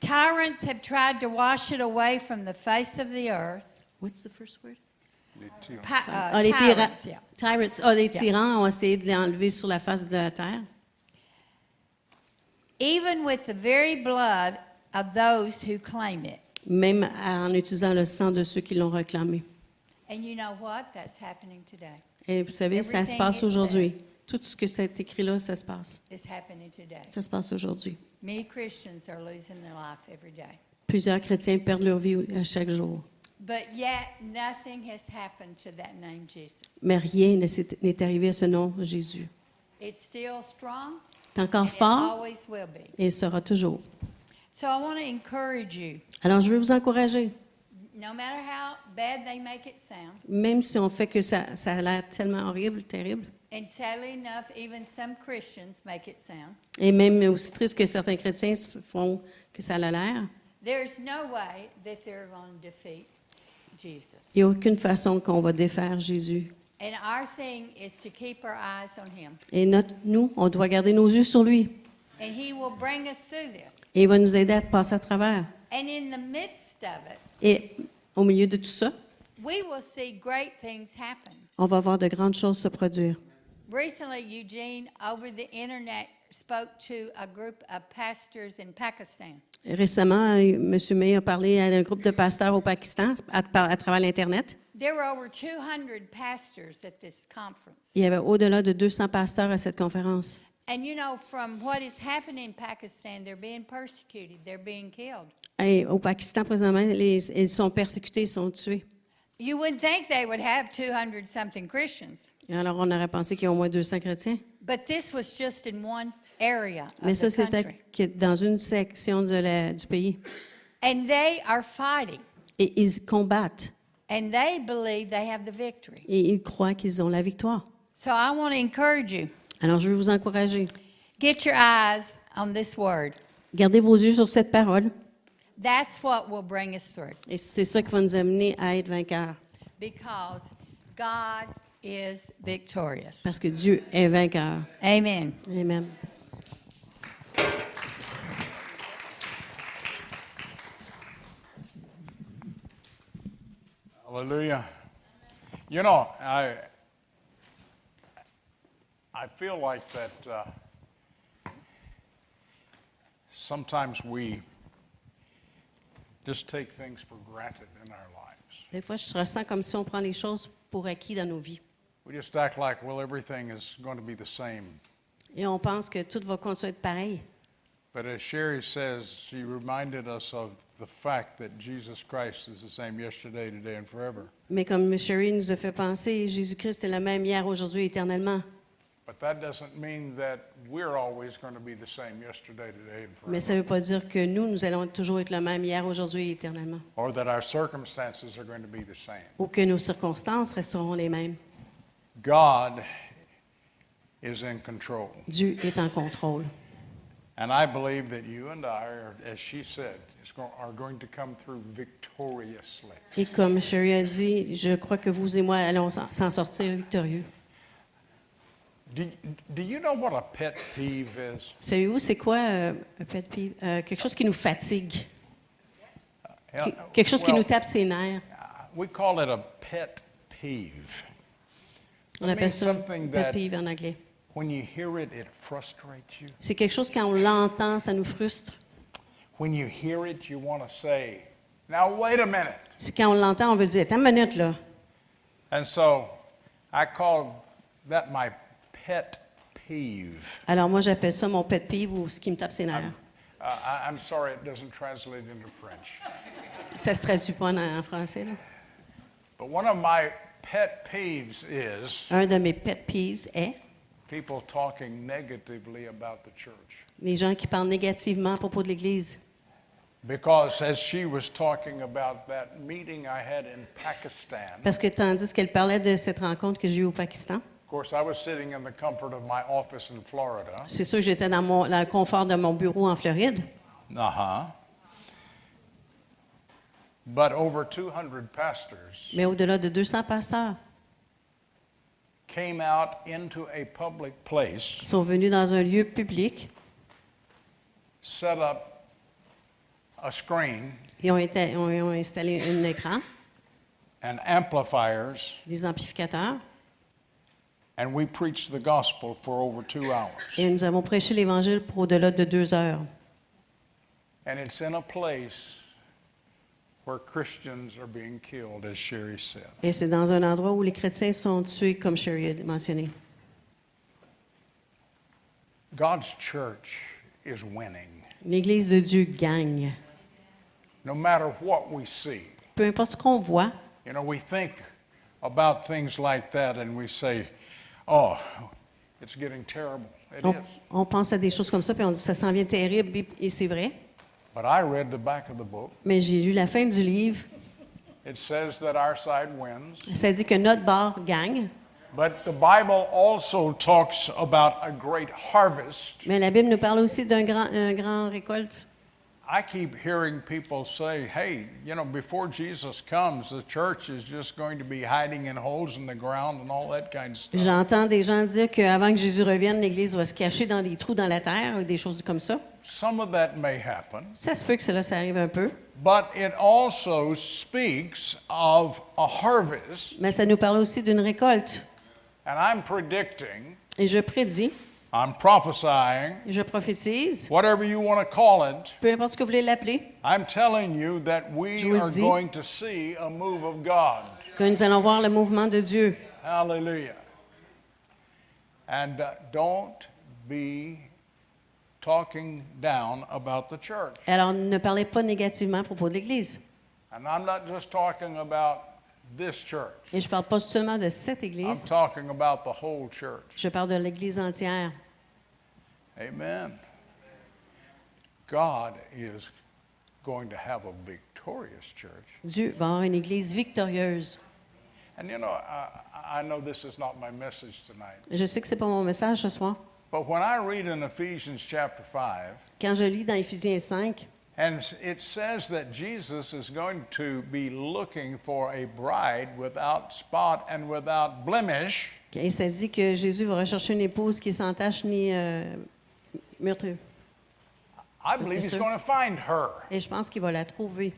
Speaker 6: Tyrants have tried to wash it away from the face of the earth.
Speaker 5: What's the first word?
Speaker 4: Lithium.
Speaker 6: Pa- uh,
Speaker 5: Ah, les pira-
Speaker 6: tyrants, yeah.
Speaker 5: tyrants. Ah, les tyrans ont essayé de l'enlever sur la face de la terre.
Speaker 6: Even with the very blood of those who claim it.
Speaker 5: même en utilisant le sang de ceux qui l'ont réclamé.
Speaker 6: And you know what? That's happening today.
Speaker 5: Et vous savez, ça se passe aujourd'hui. Tout ce que c'est écrit là, ça se passe.
Speaker 6: It's happening today.
Speaker 5: Ça se passe aujourd'hui.
Speaker 6: Many Christians are losing their life every day.
Speaker 5: Plusieurs chrétiens perdent leur vie à chaque jour.
Speaker 6: But yet, nothing has happened to that name Jesus.
Speaker 5: Mais rien ne s'est- n'est arrivé à ce nom, Jésus.
Speaker 6: It's still strong.
Speaker 5: C'est
Speaker 6: and
Speaker 5: encore
Speaker 6: it
Speaker 5: fort
Speaker 6: always will be.
Speaker 5: et il sera toujours.
Speaker 6: So I want to encourage you,
Speaker 5: Alors, je veux vous encourager,
Speaker 6: no matter how bad they make it sound,
Speaker 5: même si on fait que ça, ça a l'air tellement horrible, terrible,
Speaker 6: and sadly enough, even some Christians make it sound,
Speaker 5: et même aussi triste que certains chrétiens se font que ça a l'air,
Speaker 6: there's no way that they're going to defeat Jesus.
Speaker 5: il n'y a aucune façon qu'on va défaire Jésus.
Speaker 6: And our thing is to keep our eyes on him.
Speaker 5: Et notre- nous, on doit garder nos yeux sur lui.
Speaker 6: And he will bring us through this.
Speaker 5: Et il va nous aider à passer à travers.
Speaker 6: And in the midst of it,
Speaker 5: Et au milieu de tout ça,
Speaker 6: we will see great things happen.
Speaker 5: on va voir de grandes choses se produire.
Speaker 6: Recently, Eugene, over the internet, spoke to a group of pastors in Pakistan.
Speaker 5: Récemment, M. May a parlé à un groupe de pasteurs au Pakistan à, par- à travers l'Internet.
Speaker 6: There were over 200 pastors at this conference.
Speaker 5: Il y avait au-delà de 200 pasteurs à cette conférence.
Speaker 6: And you know, from what is happening in Pakistan, they're being persecuted, they're being killed.
Speaker 5: Et au Pakistan, présentement, les- ils sont persécutés, ils sont tués.
Speaker 6: You wouldn't think they would have 200 something Christians,
Speaker 5: Alors, on aurait pensé qu'il y a au moins 200 chrétiens.
Speaker 6: but this was just in one area of
Speaker 5: Mais
Speaker 6: the
Speaker 5: ça, c'était
Speaker 6: country.
Speaker 5: que dans une section de la- du pays.
Speaker 6: And they are fighting,
Speaker 5: Et ils combattent.
Speaker 6: and they believe they have the victory.
Speaker 5: Et ils croient qu'ils ont la victoire.
Speaker 6: So I want to encourage you
Speaker 5: Alors, je veux vous encourager.
Speaker 6: get your eyes on this word.
Speaker 5: Gardez vos yeux sur cette parole.
Speaker 6: That's what will bring us through
Speaker 5: Et c'est ça qui va nous amener à être vainqueurs.
Speaker 6: because God is victorious.
Speaker 5: Parce que Dieu est vainqueur.
Speaker 6: Amen.
Speaker 5: Amen.
Speaker 4: Hallelujah. You know, I I feel like that uh, sometimes we just take things for granted in our lives.
Speaker 5: Des fois, je ressens comme si on prend les choses pour acquis dans nos vies.
Speaker 4: We just act like, well, everything is going to be the same.
Speaker 5: Et on pense que tout va continuer de pareil.
Speaker 4: But as Sherry says, she reminded us of the fact that Jesus Christ is the same yesterday, today, and forever.
Speaker 5: Mais comme Sherry nous a fait penser, Jésus-Christ est le même hier, aujourd'hui, éternellement.
Speaker 4: But that doesn't mean that we're always going to be the same yesterday, today, and
Speaker 5: Mais
Speaker 4: forever.
Speaker 5: ça ne veut pas dire que nous, nous allons toujours être le même hier, aujourd'hui, éternellement.
Speaker 4: Or that our circumstances are going to be the same.
Speaker 5: Ou que nos circonstances resteront les mêmes.
Speaker 4: God is in control.
Speaker 5: Dieu est en contrôle.
Speaker 4: And I believe that you and I, are, as she said, is go- are going to come through victoriously.
Speaker 5: Et comme Sherry a dit, je crois que vous et moi allons s'en s'en sortir victorieux.
Speaker 4: Do, do you know what a pet peeve is?
Speaker 5: Savez-vous, c'est quoi euh, un pet peeve? Euh, quelque chose qui nous fatigue,
Speaker 4: Uh,
Speaker 5: que- quelque chose qui
Speaker 4: well,
Speaker 5: nous tape ses nerfs.
Speaker 4: uh, We call it a pet peeve.
Speaker 5: On
Speaker 4: That
Speaker 5: appelle
Speaker 4: means
Speaker 5: ça un
Speaker 4: something
Speaker 5: pet
Speaker 4: that-
Speaker 5: peeve en anglais.
Speaker 4: When you hear it, it frustrates you.
Speaker 5: C'est quelque chose quand on l'entend, ça nous frustre.
Speaker 4: When you hear it, you want to say, now wait a minute.
Speaker 5: C'est quand on l'entend, on veut dire, attends une minute là.
Speaker 4: And so I call that my pet peeve.
Speaker 5: Alors moi, j'appelle ça mon pet peeve ou ce qui me tape ses nerfs.
Speaker 4: Uh, I, I'm sorry it doesn't translate into French.
Speaker 5: Ça se traduit pas en, en français. Là.
Speaker 4: But one of my pet peeves is
Speaker 5: Un de mes pet peeves est
Speaker 4: people talking negatively about the church.
Speaker 5: les gens qui parlent négativement à propos de l'Église.
Speaker 4: Because as she was talking about that meeting I had in Pakistan,
Speaker 5: Parce que tandis qu'elle parlait de cette rencontre que j'ai eue au Pakistan,
Speaker 4: of course, I was sitting in the comfort of my office in Florida.
Speaker 5: c'est sûr que j'étais dans, mon- dans le confort de mon bureau en Floride,
Speaker 4: Uh huh. But over 200 pastors
Speaker 5: mais au-delà de 200 pasteurs
Speaker 4: came out into a public place,
Speaker 5: sont venus dans un lieu public
Speaker 4: set up a screen
Speaker 5: et ont, été- ont- ont installé un écran,
Speaker 4: and amplifiers,
Speaker 5: des amplificateurs,
Speaker 4: and we preached the gospel for over two
Speaker 5: et
Speaker 4: hours.
Speaker 5: nous avons prêché l'Évangile pour au-delà de deux heures.
Speaker 4: And it's in a place where Christians are being killed, as Sherry said.
Speaker 5: Et c'est dans un endroit où les chrétiens sont tués, comme Sherry a mentionné.
Speaker 4: God's church is winning,
Speaker 5: L'Église de Dieu gagne.
Speaker 4: no matter what we see.
Speaker 5: Peu importe ce qu'on voit,
Speaker 4: You know, we think about things like that and we say, oh, it's getting terrible. It
Speaker 5: on,
Speaker 4: is.
Speaker 5: on pense à des choses comme ça, puis on dit ça s'en vient terrible, et- et c'est vrai.
Speaker 4: But I read the back of the book.
Speaker 5: Mais j'ai lu la fin du livre.
Speaker 4: It says that our side wins.
Speaker 5: Ça dit que notre bord gagne,
Speaker 4: But the Bible also talks about a great harvest.
Speaker 5: mais la Bible nous parle aussi d'un grand, un grand récolte.
Speaker 4: I keep hearing people say, hey, you know, before Jesus comes, the church is just going to be hiding in holes in the ground and all that kind of stuff.
Speaker 5: J'entends des gens dire qu'avant que Jésus revienne, l'Église va se cacher dans des trous dans la terre, ou des choses comme ça.
Speaker 4: Some of that may happen.
Speaker 5: Ça se peut que cela, ça arrive un peu.
Speaker 4: But it also speaks of a harvest,
Speaker 5: Mais ça nous parle aussi d'une récolte.
Speaker 4: and I'm predicting,
Speaker 5: Et je prédis,
Speaker 4: I'm prophesying,
Speaker 5: je prophétise,
Speaker 4: whatever you want to call it,
Speaker 5: peu importe ce que vous voulez l'appeler,
Speaker 4: I'm telling you that we
Speaker 5: Je vous le
Speaker 4: are
Speaker 5: dis.
Speaker 4: going to see a move of God.
Speaker 5: que nous allons voir le mouvement de Dieu.
Speaker 4: Hallelujah. And uh, don't be talking down about the church.
Speaker 5: Alors, ne parlez pas négativement à propos de l'Église.
Speaker 4: And I'm not just talking about this church.
Speaker 5: Et je ne parle pas seulement de cette
Speaker 4: I'm
Speaker 5: Église,
Speaker 4: talking about the whole church.
Speaker 5: je parle de l'Église entière.
Speaker 4: Amen. God is going to have a victorious church.
Speaker 5: Dieu va avoir une Église victorieuse.
Speaker 4: And you know, I, I know this is not my message tonight,
Speaker 5: Je sais que ce n'est pas mon message ce soir.
Speaker 4: but when I read in Ephesians chapter 5,
Speaker 5: Quand je lis dans Éphésiens 5,
Speaker 4: and it says that Jesus is going to be looking for a bride without spot and without blemish,
Speaker 5: et ça dit que Jésus va rechercher une épouse qui est sans tache ni euh, meurtrie.
Speaker 4: I believe
Speaker 5: Yes,
Speaker 4: he's
Speaker 5: sir.
Speaker 4: going to find her,
Speaker 5: Et je pense qu'il va la trouver,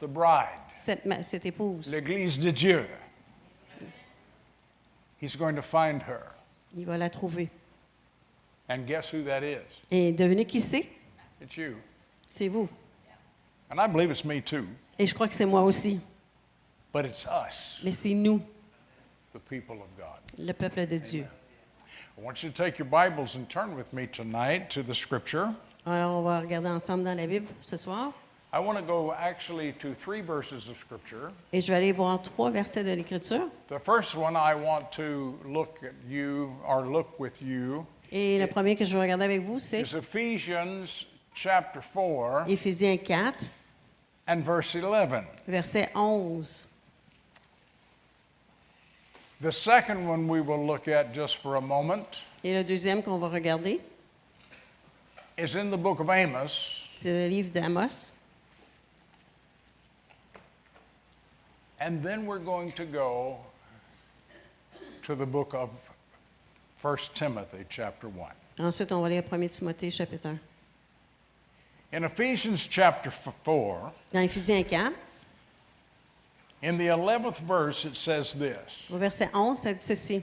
Speaker 4: the bride,
Speaker 5: cette, ma- cette épouse.
Speaker 4: l'Église de Dieu. He's going to find her.
Speaker 5: Il va la trouver.
Speaker 4: And guess who that is?
Speaker 5: Et devenez qui c'est?
Speaker 4: It's you.
Speaker 5: C'est vous.
Speaker 4: And I believe it's me too,
Speaker 5: Et je crois que c'est moi aussi.
Speaker 4: but it's us,
Speaker 5: Mais c'est nous,
Speaker 4: the people of God.
Speaker 5: le peuple de Dieu.
Speaker 4: I want you to take your Bibles and turn with me tonight to the scripture.
Speaker 5: Alors, on va regarder ensemble dans la Bible ce soir.
Speaker 4: I want to go actually to three verses of scripture.
Speaker 5: Et je vais aller voir trois versets de l'Écriture.
Speaker 4: The first one I want to look at you or look with you
Speaker 5: Et le premier que je vais regarder avec vous, c'est
Speaker 4: is Ephesians chapter 4
Speaker 5: Éphésiens 4,
Speaker 4: and verse 11.
Speaker 5: verset 11.
Speaker 4: The second one we will look at just for a moment
Speaker 5: Et le deuxième qu'on va regarder,
Speaker 4: is in the book of Amos,
Speaker 5: c'est le livre d'Amos.
Speaker 4: and then we're going to go to the book of 1 Timothy chapter 1.
Speaker 5: Ensuite, on va aller à 1 Timothée, chapitre 1.
Speaker 4: In Ephesians chapter f- 4,
Speaker 5: Dans Éphésiens 4,
Speaker 4: in the 11th verse, it says this
Speaker 5: au verset 11, ça dit ceci.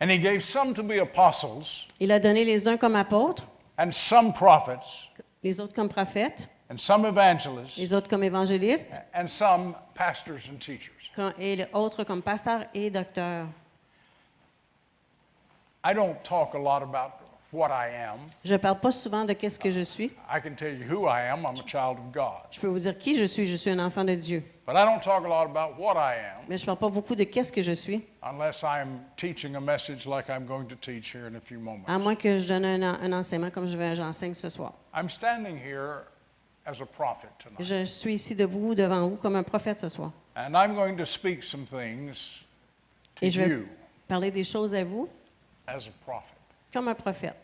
Speaker 4: And he gave some to be apostles,
Speaker 5: Il a donné les uns comme apôtres,
Speaker 4: and some prophets,
Speaker 5: les autres comme prophètes,
Speaker 4: and some evangelists,
Speaker 5: les autres comme évangélistes,
Speaker 4: and some pastors and teachers.
Speaker 5: quand- et les autres comme pasteurs et docteurs.
Speaker 4: I don't talk a lot about what I am.
Speaker 5: Je ne parle pas souvent de qu'est-ce que je suis.
Speaker 4: I can tell you who I am. I'm a child of God.
Speaker 5: Je peux vous dire qui je suis. Je suis un enfant de Dieu.
Speaker 4: But I don't talk a lot about what I am
Speaker 5: Mais je ne parle pas beaucoup de qu'est-ce que je suis,
Speaker 4: unless I'm teaching a message like I'm going to teach here in a few moments.
Speaker 5: à moins que je donne un, en- un enseignement comme je vais- j'enseigne ce soir.
Speaker 4: I'm standing here as a prophet tonight.
Speaker 5: Je suis ici debout devant vous comme un prophète ce soir.
Speaker 4: And I'm going to speak some things to
Speaker 5: Et je vais
Speaker 4: you
Speaker 5: parler des choses à vous
Speaker 4: as a prophet.
Speaker 5: comme un prophète.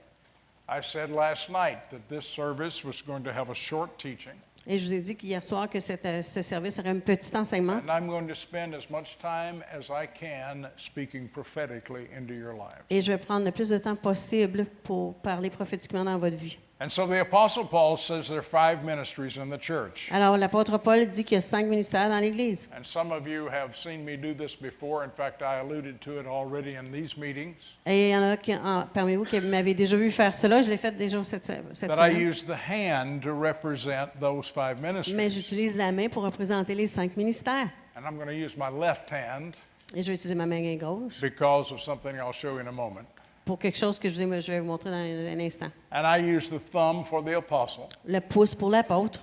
Speaker 4: I said last night that this service was going to have a short teaching,
Speaker 5: Et je vous ai dit qu'hier soir que cette, euh, ce service serait un petit enseignement.
Speaker 4: and I'm going to spend as much time as I can speaking prophetically into your lives.
Speaker 5: Et je vais prendre le plus de temps possible pour parler prophétiquement dans votre vie.
Speaker 4: And so the Apostle Paul says there are five ministries in the church.
Speaker 5: Alors, l'apôtre Paul dit qu'il y a cinq ministères dans l'Église.
Speaker 4: And some of you have seen me do this before. In fact, I alluded to it already in these meetings.
Speaker 5: Et il y en a qui, en- parmi vous qui m'avez déjà vu faire cela. Je l'ai fait déjà cette, se- cette
Speaker 4: That I
Speaker 5: semaine.
Speaker 4: use the hand to represent those five
Speaker 5: Mais
Speaker 4: ministries.
Speaker 5: j'utilise la main pour représenter les cinq ministères.
Speaker 4: And I'm going to use my left hand
Speaker 5: Et je vais utiliser ma main gauche
Speaker 4: because of something I'll show you in a moment.
Speaker 5: pour quelque chose que je vais, je vais vous montrer dans un, un instant.
Speaker 4: And I use the thumb for the apostle
Speaker 5: Le pouce pour l'apôtre,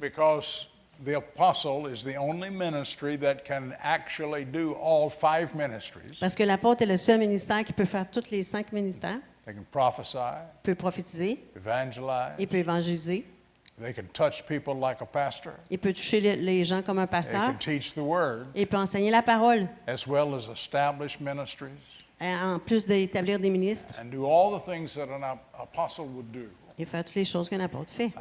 Speaker 4: because the apostle is the only ministry that can actually do all five ministries.
Speaker 5: parce que l'apôtre est le seul ministère qui peut faire tous les cinq ministères.
Speaker 4: They can prophesy,
Speaker 5: peut prophétiser,
Speaker 4: evangelize,
Speaker 5: il peut évangéliser,
Speaker 4: they can touch people like a pastor,
Speaker 5: il peut toucher le- les gens comme un
Speaker 4: they
Speaker 5: pasteur,
Speaker 4: can teach the word.
Speaker 5: il peut enseigner la parole,
Speaker 4: as well as establish ministries
Speaker 5: Euh, en en plus d'établir des ministres
Speaker 4: and do all the things that an ap- apostle would do.
Speaker 5: et faire toutes les choses qu'un apôtre fait.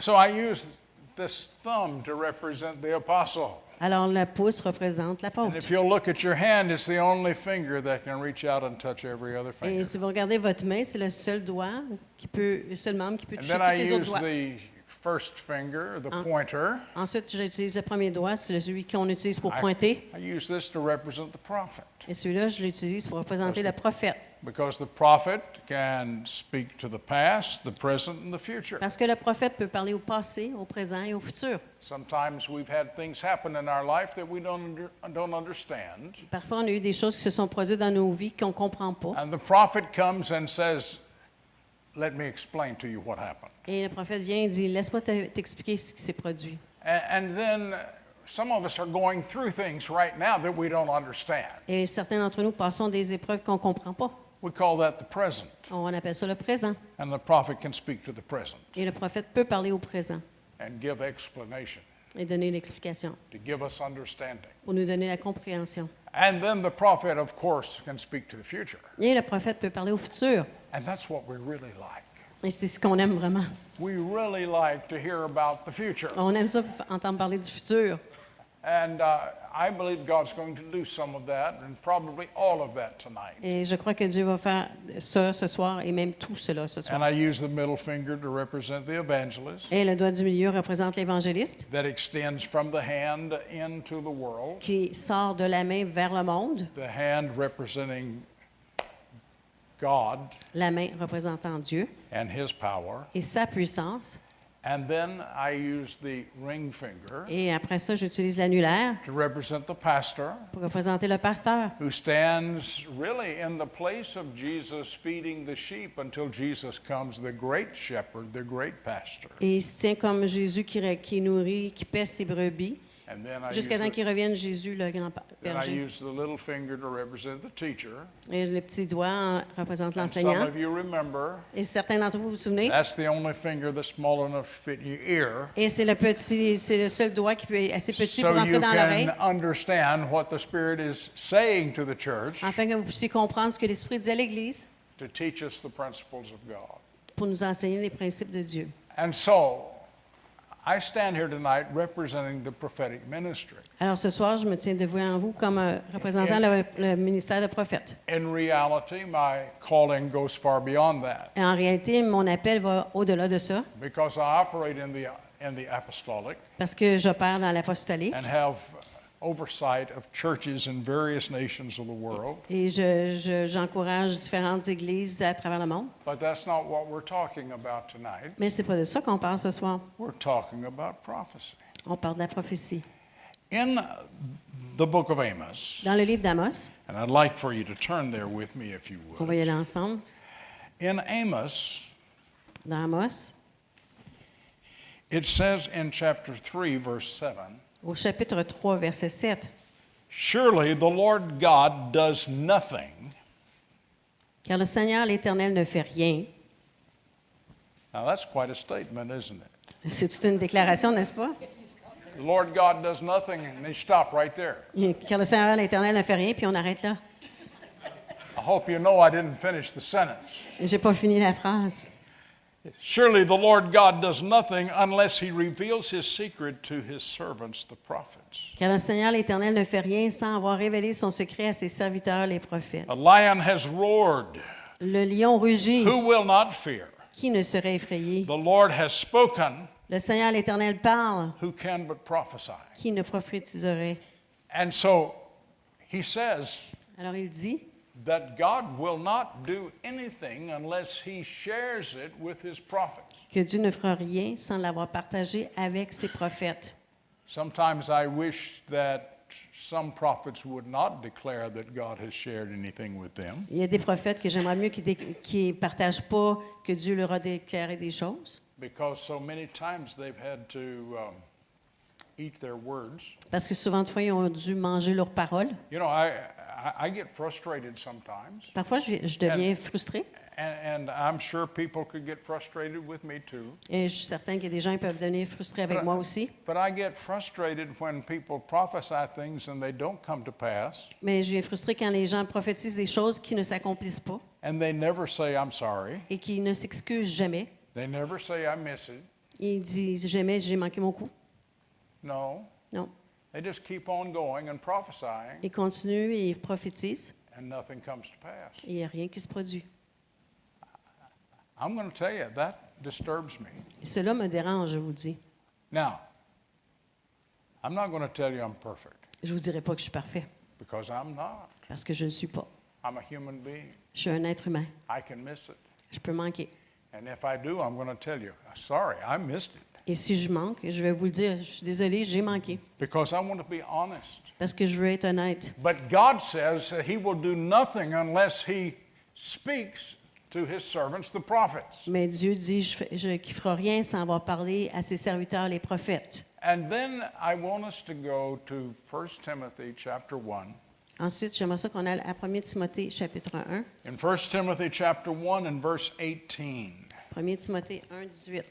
Speaker 4: So I use this thumb to represent the apostle.
Speaker 5: Alors, le pouce représente
Speaker 4: And
Speaker 5: l'apôtre.
Speaker 4: if you'll look at your hand, it's the only finger that can reach out and touch every other
Speaker 5: Et
Speaker 4: finger.
Speaker 5: si vous regardez votre main, c'est le seul doigt qui peut, le seul membre qui peut
Speaker 4: And
Speaker 5: toucher
Speaker 4: then I
Speaker 5: tous les autres
Speaker 4: use
Speaker 5: doigts.
Speaker 4: the first finger, the pointer.
Speaker 5: Ensuite, j'utilise le premier doigt, c'est celui qu'on utilise pour
Speaker 4: I,
Speaker 5: pointer.
Speaker 4: I use this to represent the prophet
Speaker 5: Et celui-là, je l'utilise pour représenter le prophète.
Speaker 4: because the prophet can speak to the past, the present, and the future.
Speaker 5: Parce que le prophète peut parler au passé, au présent et au futur.
Speaker 4: Sometimes we've had things happen in our life that we don't, under, don't understand.
Speaker 5: Parfois, on a eu des choses qui se sont produites dans nos vies qu'on ne comprend pas.
Speaker 4: And the prophet comes and says, Let me explain to you what happened.
Speaker 5: Et le prophète vient et dit, laisse-moi te- t'expliquer ce qui s'est produit.
Speaker 4: A- And, then uh, some of us are going through things right now that we don't understand.
Speaker 5: Et certains d'entre nous passons des épreuves qu'on ne comprend pas.
Speaker 4: We call that the present.
Speaker 5: On appelle ça le présent.
Speaker 4: And the prophet can speak to the present
Speaker 5: Et le prophète peut parler au présent
Speaker 4: and give explanation
Speaker 5: et donner l'explication
Speaker 4: to give us understanding.
Speaker 5: pour nous donner la compréhension.
Speaker 4: And then the prophet, of course, can speak to the future.
Speaker 5: Et le prophète peut parler au futur.
Speaker 4: And that's what we really like.
Speaker 5: Et c'est ce qu'on aime vraiment.
Speaker 4: We really like to hear about the future.
Speaker 5: On aime ça, f- entendre parler du futur.
Speaker 4: And uh, I believe God's going to do some of that and probably all of that tonight.
Speaker 5: Et je crois que Dieu va faire ça ce soir et même tout cela ce
Speaker 4: And
Speaker 5: soir.
Speaker 4: I use the middle finger to represent the evangelist
Speaker 5: Et le doigt du milieu représente l'évangéliste
Speaker 4: that extends from the hand into the world,
Speaker 5: qui sort de la main vers le monde,
Speaker 4: the hand representing God
Speaker 5: la main représentant Dieu
Speaker 4: and his power.
Speaker 5: et sa puissance.
Speaker 4: And then I use the ring finger
Speaker 5: Et après ça, j'utilise l'annulaire
Speaker 4: to represent the pastor
Speaker 5: pour représenter le pasteur
Speaker 4: who stands really in the place of Jesus feeding the sheep until Jesus comes, the great shepherd, the great pastor.
Speaker 5: et il se tient comme Jésus qui, re- qui nourrit, qui pèse ses brebis,
Speaker 4: And then I use
Speaker 5: jusqu'à temps
Speaker 4: the-
Speaker 5: qu'il revienne Jésus, le grand pa-
Speaker 4: then I
Speaker 5: berger.
Speaker 4: use the little finger to represent the teacher.
Speaker 5: Et le petit doigt euh, représente
Speaker 4: And some
Speaker 5: l'enseignant.
Speaker 4: of you remember
Speaker 5: Et certains d'entre vous vous souvenez,
Speaker 4: That's the only finger that's small enough to fit in your ear.
Speaker 5: et c'est le petit, c'est le seul doigt qui peut être assez petit
Speaker 4: so
Speaker 5: pour entrer
Speaker 4: you
Speaker 5: dans
Speaker 4: can
Speaker 5: l'oreille,
Speaker 4: understand what the Spirit is saying to the church
Speaker 5: afin que vous puissiez comprendre ce que l'Esprit dit à l'Église
Speaker 4: to teach us the principles of God.
Speaker 5: pour nous enseigner les principes de Dieu.
Speaker 4: And so I stand here tonight representing the prophetic ministry.
Speaker 5: Alors ce soir, je me tiens devant vous comme euh, représentant le, le ministère de prophète.
Speaker 4: In reality, my calling goes far beyond that
Speaker 5: Et en réalité, mon appel va au-delà de ça,
Speaker 4: because I operate in the, in the apostolic
Speaker 5: parce que j'opère dans l'apostolique.
Speaker 4: and have oversight of churches in various nations of the world.
Speaker 5: Et je- je- j'encourage différentes églises à travers le monde.
Speaker 4: But that's not what we're talking about tonight.
Speaker 5: Mais c'est pas de ça qu'on parle ce soir.
Speaker 4: We're talking about prophecy.
Speaker 5: On parle de la prophétie.
Speaker 4: In the book of Amos,
Speaker 5: Dans le livre d'Amos,
Speaker 4: and I'd like for you to turn there with me if you
Speaker 5: on va y
Speaker 4: would.
Speaker 5: aller ensemble.
Speaker 4: In Amos,
Speaker 5: Dans Amos,
Speaker 4: it says in chapter 3, verse 7
Speaker 5: au chapitre 3, verset 7,
Speaker 4: Surely the Lord God does nothing.
Speaker 5: Car le Seigneur l'Éternel ne fait rien.
Speaker 4: Now that's quite a statement, isn't it?
Speaker 5: C'est toute une déclaration, n'est-ce pas?
Speaker 4: The Lord God does nothing, and they stop right there.
Speaker 5: Car le Seigneur, l'Éternel, ne fait rien, puis on arrête là.
Speaker 4: I hope you know I didn't finish the sentence.
Speaker 5: J'ai pas fini la phrase.
Speaker 4: Surely the Lord God does nothing unless he reveals his secret to his servants, the prophets.
Speaker 5: Car le Seigneur, l'Éternel, ne fait rien sans avoir révélé son secret à ses serviteurs, les prophètes.
Speaker 4: A lion has roared.
Speaker 5: Le lion rugit.
Speaker 4: Who will not fear?
Speaker 5: Qui ne serait effrayé?
Speaker 4: The Lord has spoken.
Speaker 5: Le Seigneur, l'Éternel, parle.
Speaker 4: Who can but prophesy?
Speaker 5: Qui ne prophétiserait?
Speaker 4: And so he says
Speaker 5: Alors il dit,
Speaker 4: that God will not do anything unless he shares it with his prophets.
Speaker 5: que Dieu ne fera rien sans l'avoir partagé avec ses prophètes.
Speaker 4: Sometimes I wish that some prophets would not declare that God has shared anything with them.
Speaker 5: Il y a des prophètes que j'aimerais mieux qu'ils dé- qu'ils ne partagent pas que Dieu leur a déclaré des choses,
Speaker 4: because so many times they've had to um, eat their words.
Speaker 5: parce que souvent, de fois, ils ont dû manger leurs paroles.
Speaker 4: You know, I, I, I get frustrated sometimes,
Speaker 5: Parfois, je, je deviens frustrée,
Speaker 4: and, and I'm sure people could get frustrated with me too.
Speaker 5: et je suis certaine qu'il y a des gens qui peuvent devenir frustrés avec moi aussi,
Speaker 4: But I get frustrated when people prophesy things and they don't come to pass,
Speaker 5: mais je suis frustrée quand les gens prophétisent des choses qui ne s'accomplissent pas
Speaker 4: and they never say, I'm sorry.
Speaker 5: et qui ne s'excusent jamais.
Speaker 4: They never say, I miss it.
Speaker 5: Ils disent jamais, j'ai manqué mon coup.
Speaker 4: No.
Speaker 5: Non.
Speaker 4: They just keep on going and prophesying,
Speaker 5: Ils continuent et ils prophétisent,
Speaker 4: and nothing comes to pass.
Speaker 5: et il n'y a rien qui se produit.
Speaker 4: I'm going to tell you, that disturbs me.
Speaker 5: Et cela me dérange, je vous le dis.
Speaker 4: Now, I'm not going to tell you I'm perfect
Speaker 5: Je ne vous dirai pas que je suis parfait,
Speaker 4: because I'm not.
Speaker 5: parce que je ne le suis pas.
Speaker 4: I'm a human being.
Speaker 5: Je suis un être humain.
Speaker 4: I can miss it.
Speaker 5: Je peux manquer.
Speaker 4: And if I do, I'm going to tell you, sorry, I missed it
Speaker 5: Et si je manque, je vais vous le dire. Je suis désolée, j'ai manqué.
Speaker 4: because I want to be honest.
Speaker 5: Parce que je veux être honnête.
Speaker 4: But God says that He will do nothing unless He speaks to His servants, the prophets.
Speaker 5: Mais Dieu dit je, fais- je, qu'il ne fera rien sans avoir parlé à ses serviteurs, les prophètes.
Speaker 4: And then I want us to go to 1 Timothy chapter 1.
Speaker 5: Ensuite, j'aimerais ça qu'on aille à 1 Timothée, chapitre 1.
Speaker 4: In 1 Timothy chapter 1 and verse 18,
Speaker 5: 1 Timothée 1, 18.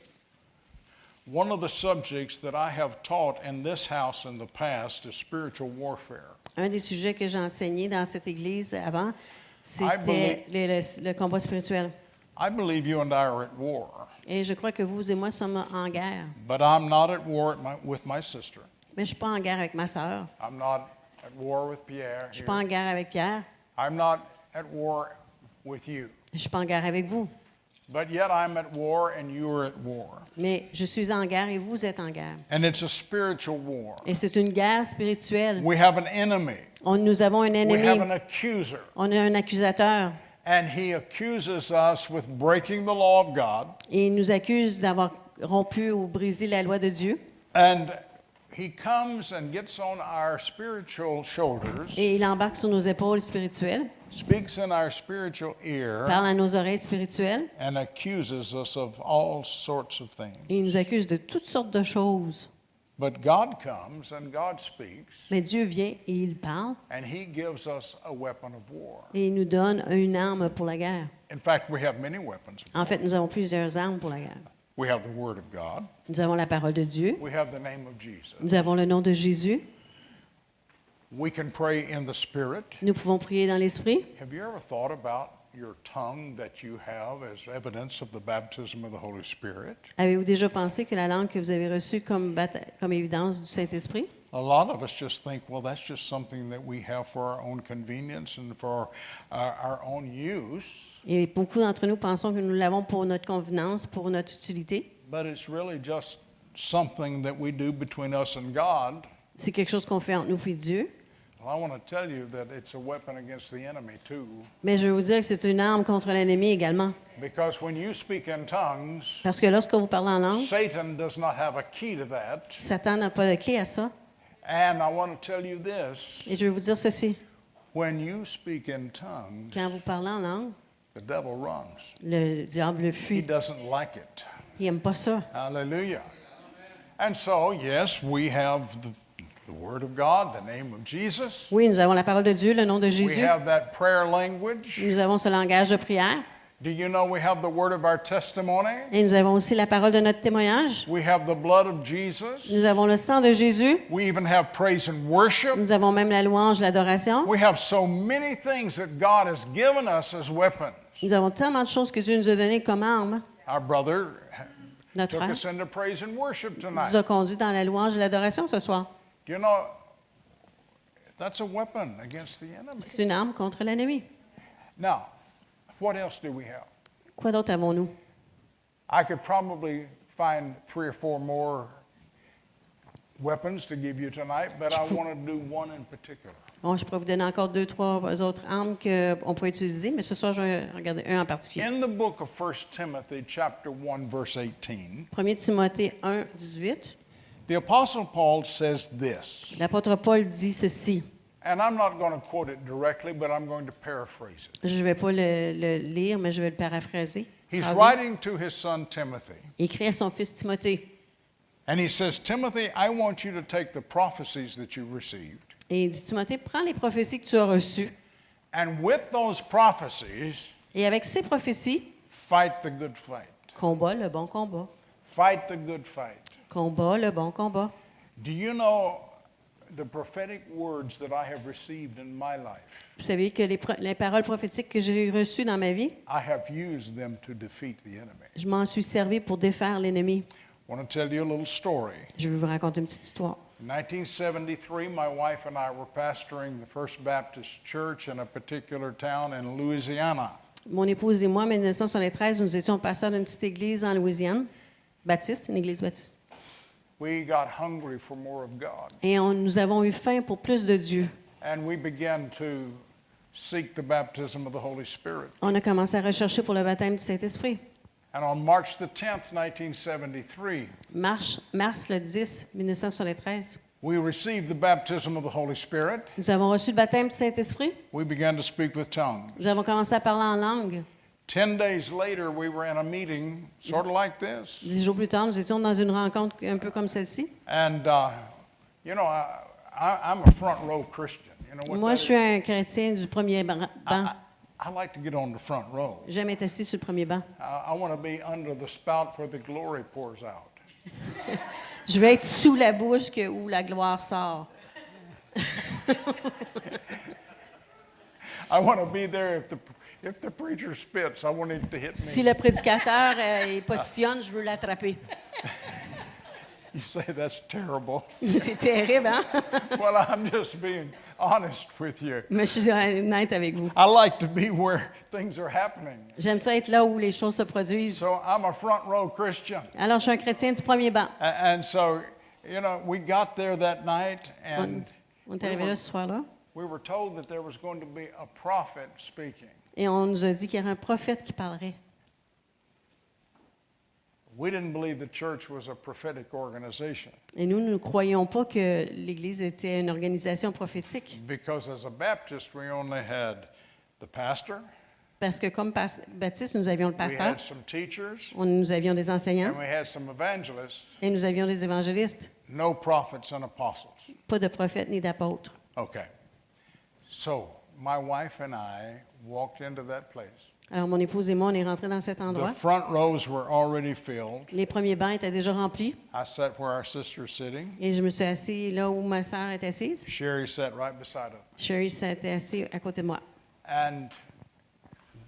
Speaker 4: one of the subjects that I have taught in this house in the past is spiritual warfare.
Speaker 5: Un des sujets que j'ai enseigné dans cette église avant, c'était le, le- le combat spirituel.
Speaker 4: I believe you and I are at war,
Speaker 5: Et je crois que vous et moi sommes en guerre.
Speaker 4: but I'm not at war at my, with my sister.
Speaker 5: Mais je ne suis pas en guerre avec ma sœur.
Speaker 4: I'm not at war with Pierre.
Speaker 5: Je ne suis pas en
Speaker 4: here.
Speaker 5: guerre avec Pierre.
Speaker 4: I'm not at war with you.
Speaker 5: Je ne suis pas en guerre avec vous.
Speaker 4: But yet I'm at war and you are at war.
Speaker 5: Mais je suis en guerre et vous êtes en guerre.
Speaker 4: And it's a spiritual war.
Speaker 5: Et c'est une guerre spirituelle.
Speaker 4: We have an enemy.
Speaker 5: On, nous avons un
Speaker 4: We have an
Speaker 5: ennemi.
Speaker 4: accuser.
Speaker 5: On a un accusateur.
Speaker 4: And he accuses us with breaking the law of God.
Speaker 5: Et il nous accuse d'avoir rompu ou brisé la loi de Dieu.
Speaker 4: And he comes and gets on our spiritual shoulders,
Speaker 5: Et il embarque sur nos épaules spirituelles,
Speaker 4: speaks in our spiritual ear,
Speaker 5: parle à nos oreilles spirituelles.
Speaker 4: and accuses us of all sorts of things.
Speaker 5: Et il nous accuse de toutes sortes de choses.
Speaker 4: But God comes and God speaks,
Speaker 5: Mais Dieu vient et il parle.
Speaker 4: and He gives us a weapon of war.
Speaker 5: Et il nous donne une arme pour la guerre.
Speaker 4: In fact, we have many weapons.
Speaker 5: En fait, nous avons plusieurs armes pour la guerre.
Speaker 4: We have the Word of God,
Speaker 5: Nous avons la parole de Dieu.
Speaker 4: we have the name of Jesus.
Speaker 5: Nous avons le nom de Jésus.
Speaker 4: We can pray in the Spirit.
Speaker 5: Nous pouvons prier dans l'esprit.
Speaker 4: Have you ever thought about your tongue that you have as evidence of the baptism of the Holy Spirit?
Speaker 5: Avez-vous déjà pensé que la langue que vous avez reçue comme, bata- comme évidence du Saint-Esprit?
Speaker 4: A lot of us just think, well, that's just something that we have for our own convenience and for our, our own use,
Speaker 5: Et beaucoup d'entre nous pensons que nous l'avons pour notre convenance, pour notre utilité.
Speaker 4: but it's really just something that we do between us and God.
Speaker 5: C'est quelque chose qu'on fait entre nous puis Dieu.
Speaker 4: Well, I want to tell you that it's a weapon against the enemy too,
Speaker 5: Mais je vais vous dire que c'est une arme contre l'ennemi également.
Speaker 4: because when you speak in tongues,
Speaker 5: Parce que lorsque vous parlez en langue,
Speaker 4: Satan does not have a key to that.
Speaker 5: Satan n'a pas de clé à ça.
Speaker 4: And I want to tell you this
Speaker 5: Et je vais vous dire ceci.
Speaker 4: when you speak in tongues,
Speaker 5: Quand vous parlez en langue,
Speaker 4: the devil runs.
Speaker 5: le diable
Speaker 4: He
Speaker 5: fuit.
Speaker 4: doesn't like it.
Speaker 5: Il n'aime pas ça.
Speaker 4: Hallelujah. And so, yes, we have the, the Word of God, the name of Jesus.
Speaker 5: Oui, nous avons la parole de Dieu, le nom de
Speaker 4: We
Speaker 5: Jésus.
Speaker 4: have that prayer language.
Speaker 5: Nous avons ce langage de prière.
Speaker 4: Do you know we have the word of our testimony?
Speaker 5: Et nous avons aussi la parole de notre témoignage.
Speaker 4: We have the blood of Jesus.
Speaker 5: Nous avons le sang de Jésus.
Speaker 4: We even have praise and worship.
Speaker 5: Nous avons même la louange, l'adoration.
Speaker 4: We have so many things that God has given us as weapons.
Speaker 5: Nous avons tellement de choses que Dieu nous a données comme armes.
Speaker 4: Our brother
Speaker 5: Notre
Speaker 4: took
Speaker 5: frère
Speaker 4: us into praise and worship
Speaker 5: nous a
Speaker 4: tonight.
Speaker 5: conduits dans la louange et l'adoration ce soir.
Speaker 4: You know, that's a weapon against the enemy.
Speaker 5: C'est une arme contre l'ennemi.
Speaker 4: Now, what else do we have?
Speaker 5: Quoi d'autre avons-nous?
Speaker 4: I could probably find three or four more weapons to give you tonight, but I want to do one in particular.
Speaker 5: Bon, je pourrais vous donner encore deux, trois autres armes qu'on pourrait utiliser, mais ce soir, je vais regarder un en particulier.
Speaker 4: In the book of 1 Timothy, chapter 1, verse 18,
Speaker 5: 1 Timothée 1, 18.
Speaker 4: the Apostle Paul says this,
Speaker 5: L'apôtre Paul dit ceci.
Speaker 4: and I'm not going to quote it directly, but I'm going to paraphrase it.
Speaker 5: Je ne vais pas le, le lire, mais je vais le paraphraser.
Speaker 4: He's
Speaker 5: Phraser.
Speaker 4: writing to his son Timothy,
Speaker 5: Il écrit à son fils Timothée.
Speaker 4: and he says, Timothy, I want you to take the prophecies that you received,
Speaker 5: Et il dit, Timothée, prends les prophéties que tu as reçues.
Speaker 4: and with those prophecies,
Speaker 5: Et avec ces prophéties,
Speaker 4: fight the good fight.
Speaker 5: combat le bon combat.
Speaker 4: Fight the good fight.
Speaker 5: Combat le bon combat.
Speaker 4: Do you know the prophetic words that I have received in my life?
Speaker 5: Vous savez que les, pro- les paroles prophétiques que j'ai reçues dans ma vie,
Speaker 4: I have used them to defeat the enemy.
Speaker 5: je m'en suis servi pour défaire l'ennemi.
Speaker 4: I want to tell you a little story.
Speaker 5: Je vais vous raconter une petite histoire.
Speaker 4: In 1973, my wife and I were pastoring the First Baptist Church in a particular town in Louisiana.
Speaker 5: Mon épouse et moi, en 1973, nous étions pasteurs d'une petite église en Louisiane, baptiste, une église baptiste.
Speaker 4: We got hungry for more of God,
Speaker 5: Et on- nous avons eu faim pour plus de Dieu.
Speaker 4: and we began to seek the baptism of the Holy Spirit.
Speaker 5: On a commencé à rechercher pour le baptême du Saint-Esprit.
Speaker 4: And on March the 10th, 1973,
Speaker 5: Mars, mars le 10, 1973,
Speaker 4: we received the baptism of the Holy Spirit.
Speaker 5: nous avons reçu le baptême du Saint-Esprit.
Speaker 4: We began to speak with tongues.
Speaker 5: Nous avons commencé à parler en langue.
Speaker 4: Ten days later, we were in a meeting, sort of like this.
Speaker 5: Dix jours plus tard, nous étions dans une rencontre un peu comme celle-ci.
Speaker 4: And, uh, you know, I, I, I'm a front row Christian. You know what
Speaker 5: Moi,
Speaker 4: that
Speaker 5: je
Speaker 4: is?
Speaker 5: suis un chrétien du premier ban- banc.
Speaker 4: I, I like to get on the front row.
Speaker 5: J'aime être assis sur le premier banc.
Speaker 4: I, I want to be under the spout where the glory pours out.
Speaker 5: Je vais être sous la bouche que, où la gloire sort.
Speaker 4: I want to be there if the, if the preacher spits, I want it to hit me.
Speaker 5: Si le prédicateur euh, il positionne, je veux l'attraper.
Speaker 4: You say that's terrible.
Speaker 5: C'est terrible, hein?
Speaker 4: well, I'm just being honest with you.
Speaker 5: Mais je suis honnête avec vous.
Speaker 4: I like to be where things are happening.
Speaker 5: J'aime ça être là où les choses se produisent.
Speaker 4: So I'm a front row Christian.
Speaker 5: Alors, je suis un chrétien du premier banc.
Speaker 4: A- And so, you know, we got there that night
Speaker 5: On,
Speaker 4: and
Speaker 5: on est
Speaker 4: we
Speaker 5: arrivé
Speaker 4: were,
Speaker 5: là ce soir-là
Speaker 4: we were told that there was going to be a prophet speaking.
Speaker 5: et on nous a dit qu'il y aurait un prophète qui parlerait.
Speaker 4: We didn't believe the church was a prophetic organization
Speaker 5: Et nous, nous ne croyions pas que l'Église était une organisation prophétique.
Speaker 4: because as a Baptist, we only had the pastor,
Speaker 5: Parce que comme pas- Baptiste, nous avions le
Speaker 4: we had
Speaker 5: pasteur,
Speaker 4: some teachers,
Speaker 5: on- nous avions des enseignants
Speaker 4: and we had some evangelists,
Speaker 5: et nous avions des évangélistes.
Speaker 4: no prophets and apostles.
Speaker 5: Pas de prophète ni d'apôtre.
Speaker 4: Okay. So my wife and I walked into that place.
Speaker 5: Alors, mon épouse et moi, on est rentrés dans cet
Speaker 4: The
Speaker 5: endroit.
Speaker 4: front rows were already filled.
Speaker 5: Les premiers bancs étaient déjà remplis
Speaker 4: I sat where our sister's sitting.
Speaker 5: et je me suis assis là où ma sœur est assise.
Speaker 4: Sherry sat right beside us.
Speaker 5: Sherry s'était assise à côté de moi.
Speaker 4: And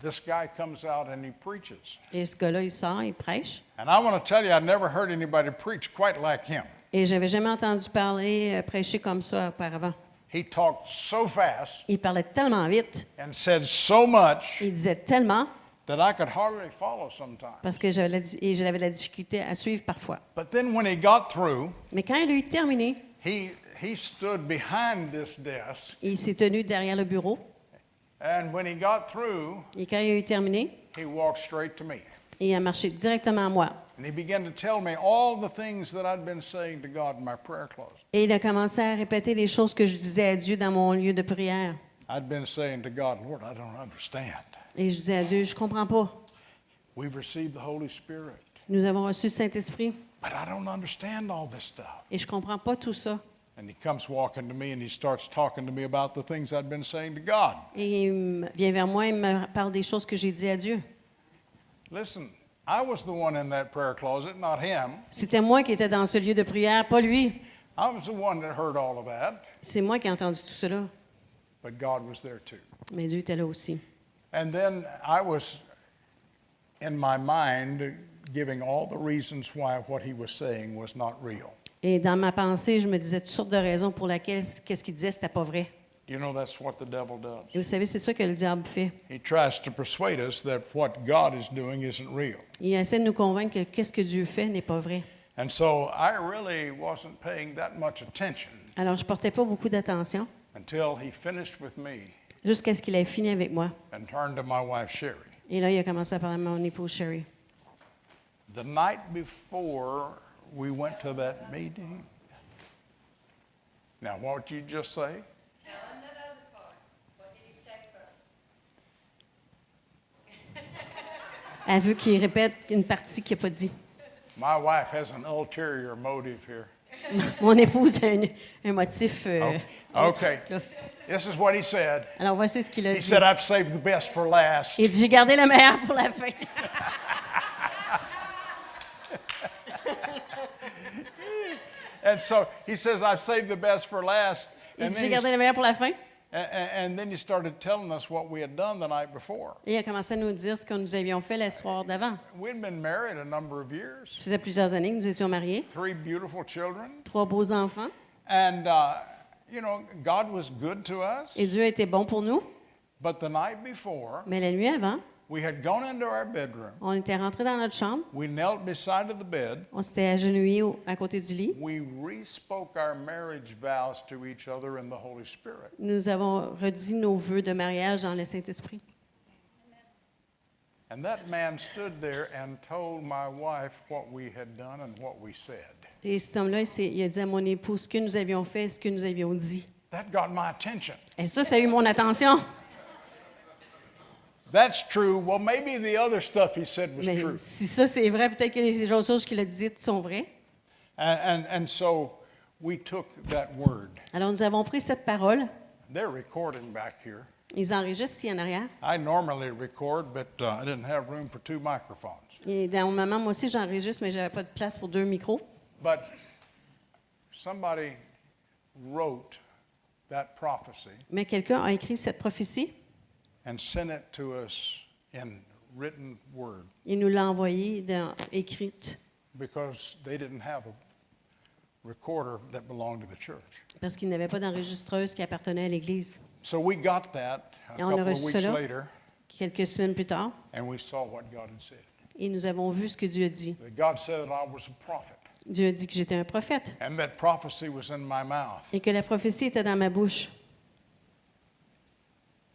Speaker 4: this guy comes out and he preaches.
Speaker 5: Et ce gars-là, il sort, il prêche.
Speaker 4: And I want to tell you, I never heard anybody preach quite like him.
Speaker 5: Et j'avais jamais entendu parler, euh, prêcher comme ça auparavant.
Speaker 4: He talked so fast
Speaker 5: Il parlait tellement vite,
Speaker 4: and said so much
Speaker 5: il disait tellement,
Speaker 4: that I could hardly follow sometimes.
Speaker 5: parce que j'avais la di- et j'avais la difficulté à suivre parfois.
Speaker 4: But then when he got through,
Speaker 5: Mais quand il a eu terminé,
Speaker 4: he, he stood behind this desk.
Speaker 5: il s'est tenu derrière le bureau.
Speaker 4: And when he got through,
Speaker 5: Et quand il a eu terminé,
Speaker 4: he walked straight to me.
Speaker 5: il a marché directement à moi.
Speaker 4: And he began to tell me all the things that I'd been saying to God in my prayer closet.
Speaker 5: Et il a commencé à répéter les choses que je disais à Dieu dans mon lieu de prière.
Speaker 4: I'd been saying to God, Lord, I don't understand.
Speaker 5: Et je disais à Dieu, je comprends pas.
Speaker 4: We've received the Holy Spirit.
Speaker 5: Nous avons reçu le Saint-Esprit
Speaker 4: But I don't understand all this stuff.
Speaker 5: et je comprends pas tout ça.
Speaker 4: And he comes walking to me and he starts talking to me about the things I'd been saying to God.
Speaker 5: Et il me- vient vers moi et me parle des choses que j'ai dit à Dieu.
Speaker 4: Listen, I was the one in that prayer closet, not him.
Speaker 5: C'était moi qui étais dans ce lieu de prière, pas lui.
Speaker 4: I was the one that heard all of that,
Speaker 5: C'est moi qui ai entendu tout cela.
Speaker 4: but God was there too.
Speaker 5: Mais Dieu était là aussi.
Speaker 4: And then I was in my mind giving all the reasons why what he was saying was not real.
Speaker 5: Et dans ma pensée, je me disais toutes sortes de raisons pour lesquelles ce qu'est-ce qu'il disait, c'était pas vrai.
Speaker 4: You know, that's what the devil does.
Speaker 5: Et vous savez, c'est ça que le diable fait.
Speaker 4: He tries to persuade us that what God is doing isn't real.
Speaker 5: Il essaie de nous convaincre que qu'est-ce que Dieu fait n'est pas vrai.
Speaker 4: And so I really wasn't paying that much attention
Speaker 5: Alors, je portais pas beaucoup d'attention
Speaker 4: until he finished with me
Speaker 5: jusqu'à ce qu'il ait fini avec moi.
Speaker 4: and turned to my wife, Sherry.
Speaker 5: Et là, il a commencé à parler à mon épouse Sherry.
Speaker 4: The night before we went to that meeting. Now, what did you just say?
Speaker 6: Tell him that other part. What did he say first?
Speaker 5: Elle veut qu'il répète une partie qu'il n'a pas dit.
Speaker 4: My wife has an ulterior motive here.
Speaker 5: Mon épouse a un, un motif. euh,
Speaker 4: Ah. Okay.
Speaker 5: là.
Speaker 4: This is what he said.
Speaker 5: Alors, voici ce qu'il a
Speaker 4: He
Speaker 5: dit.
Speaker 4: said, I've saved the best for last.
Speaker 5: Il dit J'ai gardé le meilleur pour la fin.
Speaker 4: And so he says, I've saved the best for last.
Speaker 5: Il
Speaker 4: And
Speaker 5: dit
Speaker 4: then,
Speaker 5: J'ai
Speaker 4: he,
Speaker 5: gardé le meilleur pour la fin.
Speaker 4: and, and then he started telling us what we had done the night before.
Speaker 5: Et il a commencé à nous dire ce que nous avions fait le soir d'avant.
Speaker 4: We'd been married a number of years,
Speaker 5: Ça faisait plusieurs années que nous étions mariés,
Speaker 4: three beautiful children.
Speaker 5: trois beaux enfants,
Speaker 4: And, uh, you know, God was good to us.
Speaker 5: et Dieu a été bon pour nous.
Speaker 4: But the night before,
Speaker 5: Mais la nuit avant,
Speaker 4: we had gone into our bedroom.
Speaker 5: on était rentrés dans notre chambre,
Speaker 4: We knelt beside of the bed.
Speaker 5: on s'était agenouillés au- à côté du lit.
Speaker 4: We re-spoke our marriage vows to each other in the Holy Spirit.
Speaker 5: Nous avons redit nos vœux de mariage dans le Saint-Esprit.
Speaker 4: And that man stood there and told my wife what we had done and what we said.
Speaker 5: Et cet homme-là, il, s'est- il a dit à mon époux ce que nous avions fait, ce que nous avions dit.
Speaker 4: That got my attention.
Speaker 5: Et ça, ça a eu mon attention.
Speaker 4: That's true. Well, maybe the other stuff he said was
Speaker 5: Mais
Speaker 4: true.
Speaker 5: si ça, c'est vrai, peut-être que les autres choses qu'il a dites sont vraies.
Speaker 4: And, and, and so we took that word.
Speaker 5: Alors, nous avons pris cette parole.
Speaker 4: They're recording back here.
Speaker 5: Ils enregistrent ici en arrière.
Speaker 4: I normally record, but uh, I didn't have room for two microphones.
Speaker 5: Et dans mon moment, moi aussi, j'enregistre, mais j'avais pas de place pour deux micros.
Speaker 4: But somebody wrote that prophecy
Speaker 5: Mais quelqu'un a écrit cette prophétie.
Speaker 4: and sent it to us in written word.
Speaker 5: Il nous l'a envoyée dans- écrite
Speaker 4: because they didn't have a recorder that belonged to the church.
Speaker 5: parce qu'il n'avait pas d'enregistreuse qui appartenait à l'Église.
Speaker 4: So we got that a
Speaker 5: Et on a
Speaker 4: couple of
Speaker 5: reçu
Speaker 4: weeks
Speaker 5: cela.
Speaker 4: later,
Speaker 5: Quelques semaines plus tard,
Speaker 4: and we saw what God had said.
Speaker 5: et nous avons vu ce que Dieu a dit.
Speaker 4: That God said I was a prophet,
Speaker 5: Dieu a dit que j'étais un prophète
Speaker 4: and that prophecy was in my mouth.
Speaker 5: et que la prophétie était dans ma bouche.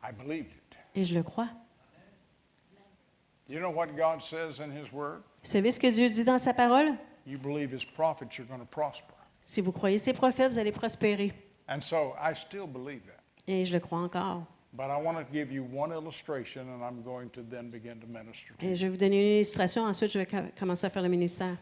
Speaker 4: I believed it.
Speaker 5: Et je le crois.
Speaker 4: You know what God says in His Word?
Speaker 5: Vous savez ce que Dieu dit dans sa parole?
Speaker 4: You believe His prophets, you're going to prosper.
Speaker 5: Si vous croyez ses prophètes, vous allez prospérer.
Speaker 4: And so I still believe that.
Speaker 5: Et je le crois encore.
Speaker 4: But I want to give you one illustration, and I'm going to then begin to minister to you.
Speaker 5: Et je vais vous donner une illustration, ensuite je vais co- commencer à faire le ministère.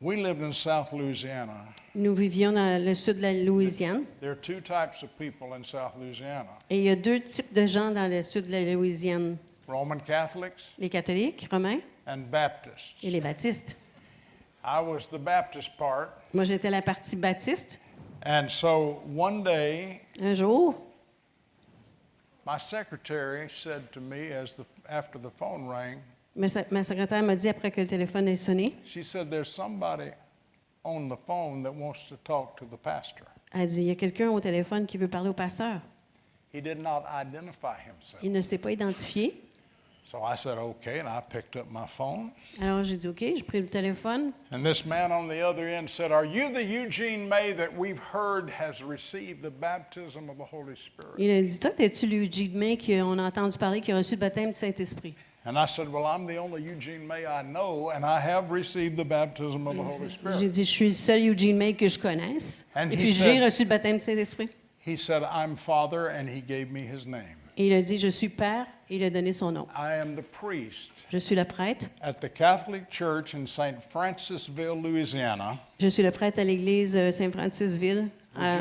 Speaker 4: We lived in South Louisiana.
Speaker 5: Nous vivions dans le sud de la Louisiane.
Speaker 4: There are two types of people in South Louisiana
Speaker 5: Et il y a deux types de gens dans le sud de la Louisiane
Speaker 4: Roman Catholics
Speaker 5: les catholiques romains
Speaker 4: and Baptists.
Speaker 5: et les baptistes.
Speaker 4: I was the Baptist part,
Speaker 5: Moi, j'étais la partie baptiste.
Speaker 4: and so one day
Speaker 5: Un jour,
Speaker 4: my secretary said to me as the, after the phone rang,
Speaker 5: ma sec- ma secrétaire m'a dit après que le téléphone ait sonné,
Speaker 4: she said, There's somebody on the phone that wants to talk to the pastor.
Speaker 5: elle a dit il y a quelqu'un au téléphone qui veut parler au pasteur.
Speaker 4: He did not identify himself.
Speaker 5: Il ne s'est pas identifié.
Speaker 4: So I said, Okay, and I picked up my phone.
Speaker 5: Alors j'ai dit OK, j'ai pris le téléphone.
Speaker 4: And this man on the other end said, Are you the Eugene May that we've heard has received the baptism of the Holy Spirit?
Speaker 5: Il a dit Toi, t'es-tu le Eugene May qu'on a entendu parler qui a reçu le baptême du Saint-Esprit
Speaker 4: And I said, Well, I'm the only Eugene May I know, and I have received the baptism of the Holy Spirit.
Speaker 5: J'ai dit Je suis le seul Eugene May que je connaisse.
Speaker 4: And
Speaker 5: Et
Speaker 4: he
Speaker 5: puis j'ai
Speaker 4: said-
Speaker 5: reçu le baptême du Saint-Esprit.
Speaker 4: He said, I'm Father, and he gave me his name.
Speaker 5: Et il a dit Je suis père. Et il a donné son nom.
Speaker 4: I am the priest
Speaker 5: Je suis le prêtre.
Speaker 4: at the Catholic Church in St. Francisville, Louisiana,
Speaker 5: Je suis le prêtre à l'église euh, Saint-Francisville, à-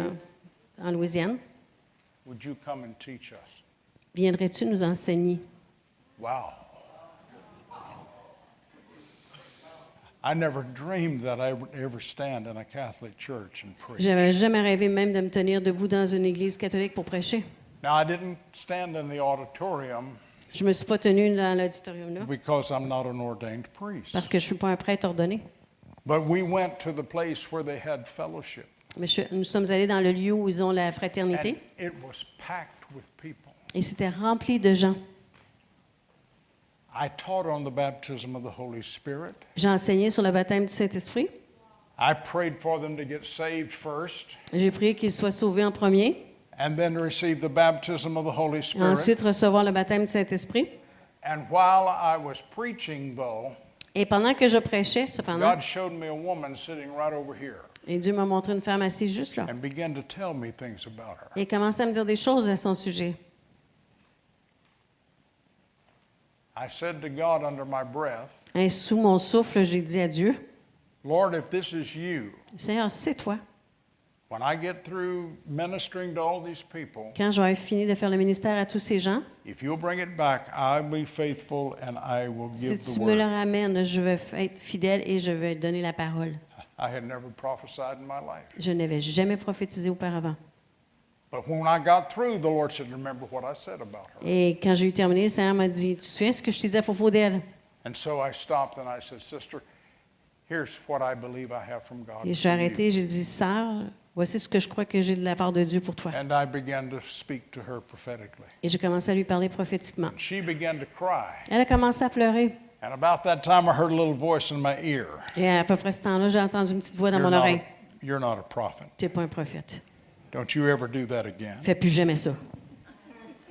Speaker 5: en Louisiane.
Speaker 4: would you come and teach us?
Speaker 5: Viendrais-tu nous enseigner?
Speaker 4: Wow. I never dreamed that I would ever stand in a Catholic church and preach.
Speaker 5: J'avais jamais rêvé même de me tenir debout dans une église catholique pour prêcher.
Speaker 4: Now, I didn't stand in the auditorium
Speaker 5: Je me suis pas tenue dans l'auditorium là
Speaker 4: because I'm not an ordained priest.
Speaker 5: parce que je suis pas un prêtre ordonné.
Speaker 4: But we went to the place where they had fellowship.
Speaker 5: Mais je- nous sommes allés dans le lieu où ils ont la
Speaker 4: And
Speaker 5: fraternité
Speaker 4: it was packed with people.
Speaker 5: et c'était rempli de gens.
Speaker 4: I taught on the baptism of the Holy Spirit.
Speaker 5: J'ai enseigné sur le baptême du Saint-Esprit.
Speaker 4: I prayed for them to get saved first
Speaker 5: J'ai prié qu'ils soient sauvés en premier,
Speaker 4: and then receive the baptism of the Holy
Speaker 5: et
Speaker 4: Spirit.
Speaker 5: ensuite recevoir le baptême du Saint-Esprit.
Speaker 4: and while I was preaching, though,
Speaker 5: Et pendant que je prêchais, cependant,
Speaker 4: God showed me a woman sitting right over here
Speaker 5: et Dieu m'a montré une femme assise juste là.
Speaker 4: and began to tell me things about her.
Speaker 5: Et il commençait à me dire des choses à son sujet.
Speaker 4: I said to God under my breath,
Speaker 5: Et Hein, sous mon souffle, j'ai dit à Dieu,
Speaker 4: Lord, if this is you,
Speaker 5: Seigneur, c'est toi.
Speaker 4: when I get through ministering to all these people,
Speaker 5: Quand j'aurai fini de faire le ministère à tous ces gens,
Speaker 4: if you'll bring it back, I'll be faithful and I will
Speaker 5: si
Speaker 4: give the
Speaker 5: tu me le
Speaker 4: word.
Speaker 5: ramènes, je vais f- être fidèle et je vais donner la parole.
Speaker 4: I had never prophesied in my life.
Speaker 5: Je n'avais jamais prophétisé auparavant.
Speaker 4: But when I got through, the Lord said, Remember what I said about her.
Speaker 5: Et quand j'ai eu terminé, le Seigneur m'a dit, tu te souviens ce que je t'ai dit à propos d'elle?
Speaker 4: And so I stopped and I said, Sister, here's what I believe I have from God.
Speaker 5: Et j'ai
Speaker 4: for you."
Speaker 5: arrêté, j'ai dit, Sœur, voici ce que je crois que j'ai de la part de Dieu pour toi.
Speaker 4: And I began to speak to her prophetically.
Speaker 5: Et j'ai commencé à lui parler prophétiquement.
Speaker 4: And she began to cry.
Speaker 5: Elle a commencé à pleurer.
Speaker 4: And about that time, I heard a little voice in my ear.
Speaker 5: Et à peu près ce temps-là, j'ai entendu une petite voix dans
Speaker 4: You're
Speaker 5: mon
Speaker 4: not,
Speaker 5: oreille.
Speaker 4: a, you're not a prophet.
Speaker 5: T'es pas un prophète.
Speaker 4: Don't you ever do that again.
Speaker 5: Fais plus jamais ça.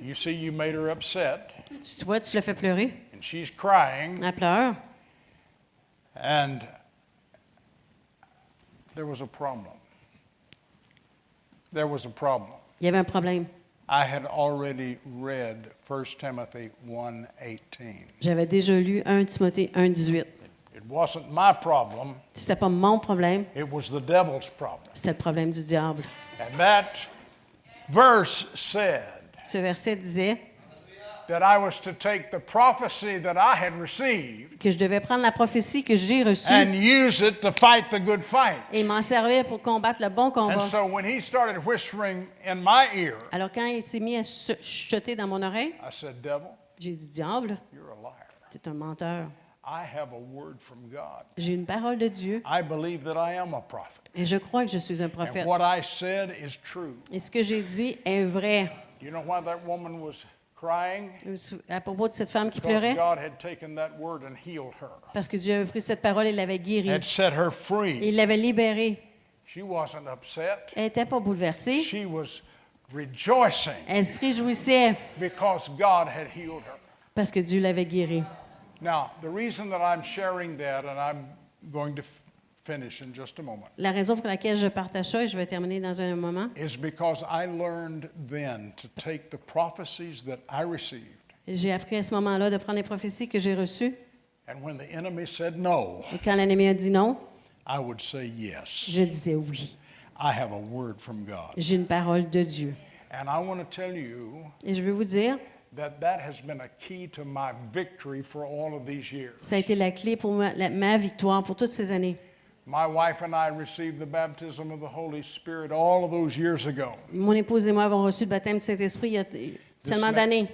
Speaker 4: You see, you made her upset,
Speaker 5: Tu, tu vois, tu le fais pleurer.
Speaker 4: and she's crying.
Speaker 5: Elle pleure.
Speaker 4: And there was a problem. There was a problem.
Speaker 5: Il y avait un problème.
Speaker 4: I had already read 1 Timothy 1:18.
Speaker 5: J'avais déjà lu 1 Timothée 1, 18.
Speaker 4: It wasn't my problem,
Speaker 5: C'était pas mon problème,
Speaker 4: it was the devil's problem.
Speaker 5: c'était le problème du diable.
Speaker 4: And that verse said
Speaker 5: Ce verset disait
Speaker 4: that I was to take the prophecy that I had received
Speaker 5: que je devais prendre la prophétie que j'ai reçue
Speaker 4: and use it to fight the good fight.
Speaker 5: et m'en servir pour combattre le bon
Speaker 4: And
Speaker 5: combat.
Speaker 4: so when he started whispering in my ear,
Speaker 5: Alors quand il s'est mis à se- chuchoter dans mon oreille,
Speaker 4: I said, Devil,
Speaker 5: j'ai dit diable,
Speaker 4: you're a liar.
Speaker 5: t'es un menteur.
Speaker 4: I have a word from God.
Speaker 5: J'ai une parole de Dieu
Speaker 4: I believe that I am a prophet.
Speaker 5: et je crois que je suis un
Speaker 4: And
Speaker 5: prophète.
Speaker 4: what I said is true.
Speaker 5: Et ce que j'ai dit est vrai.
Speaker 4: You know why that woman was crying?
Speaker 5: À propos de cette femme qui
Speaker 4: Because
Speaker 5: pleurait,
Speaker 4: God had taken that word and healed her,
Speaker 5: parce que Dieu avait pris cette parole et l'avait
Speaker 4: had
Speaker 5: guérie.
Speaker 4: set her
Speaker 5: Et
Speaker 4: free.
Speaker 5: il l'avait libérée.
Speaker 4: She wasn't upset.
Speaker 5: Elle n'était pas bouleversée.
Speaker 4: She was rejoicing
Speaker 5: Elle se réjouissait
Speaker 4: because God had healed her.
Speaker 5: parce que Dieu l'avait guérie.
Speaker 4: Now, the reason that I'm sharing that, and I'm going to f- finish in just a moment,
Speaker 5: La raison pour laquelle je partage ça, et je vais terminer dans un moment,
Speaker 4: is because I learned then to take the prophecies that I received,
Speaker 5: j'ai appris à ce moment-là de prendre les prophéties que j'ai reçues.
Speaker 4: and when the enemy said no,
Speaker 5: Et quand l'ennemi a dit non,
Speaker 4: I would say yes.
Speaker 5: je disais oui.
Speaker 4: I have a word from God.
Speaker 5: J'ai une parole de Dieu.
Speaker 4: And I want to tell you
Speaker 5: Et je veux vous dire,
Speaker 4: that that has been a key to my victory for all of these years.
Speaker 5: ça a été la clé pour ma, la- ma victoire pour toutes ces années.
Speaker 4: My wife and I received the baptism of the Holy Spirit all of those years ago.
Speaker 5: Mon épouse et moi avons reçu le baptême du Saint-Esprit il y a t- tellement
Speaker 4: semaine.
Speaker 5: d'années.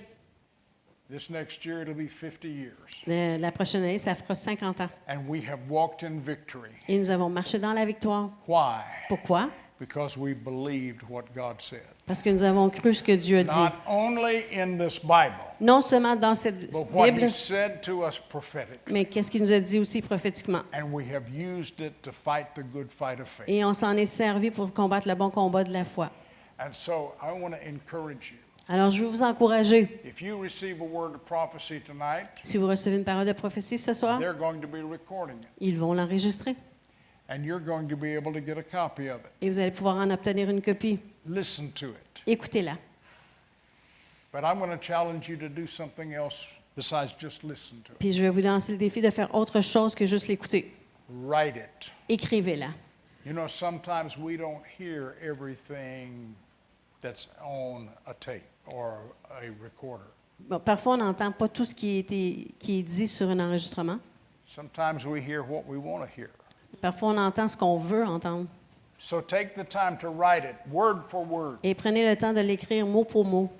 Speaker 4: This next year it'll be 50 years.
Speaker 5: Le- la prochaine année, ça fera 50 ans.
Speaker 4: And we have walked in victory.
Speaker 5: Et nous avons marché dans la victoire.
Speaker 4: Why?
Speaker 5: Pourquoi?
Speaker 4: Because we believed what God said.
Speaker 5: Parce que nous avons cru ce que Dieu a dit.
Speaker 4: Not only in this Bible,
Speaker 5: Non seulement dans cette
Speaker 4: but what He
Speaker 5: Bible,
Speaker 4: said to us prophetically.
Speaker 5: mais qu'est-ce qu'il nous a dit aussi prophétiquement.
Speaker 4: And we have used it to fight the good fight of faith.
Speaker 5: Et on s'en est servi pour combattre le bon combat de la foi.
Speaker 4: And so I want to encourage you.
Speaker 5: Alors, je veux vous encourager.
Speaker 4: If you receive a word of prophecy tonight,
Speaker 5: Si vous recevez une parole de prophétie ce soir,
Speaker 4: they're going to be recording it.
Speaker 5: ils vont l'enregistrer
Speaker 4: And you're going to be able to get a copy of it.
Speaker 5: et vous allez pouvoir en obtenir une copie.
Speaker 4: Listen to it.
Speaker 5: Écoutez-la.
Speaker 4: But I'm going to challenge you to do something else besides just listen to it.
Speaker 5: Puis je vais vous lancer le défi de faire autre chose que juste l'écouter.
Speaker 4: Write it.
Speaker 5: Écrivez-la.
Speaker 4: You know, sometimes we don't hear everything that's on a tape or a recorder.
Speaker 5: Bon, parfois, on n'entend pas tout ce qui, a été- qui est dit sur un enregistrement.
Speaker 4: Sometimes we hear what we want to hear.
Speaker 5: Parfois, on entend ce qu'on veut entendre.
Speaker 4: So take the time to write it word for word
Speaker 5: Et prenez le temps de l'écrire mot pour mot.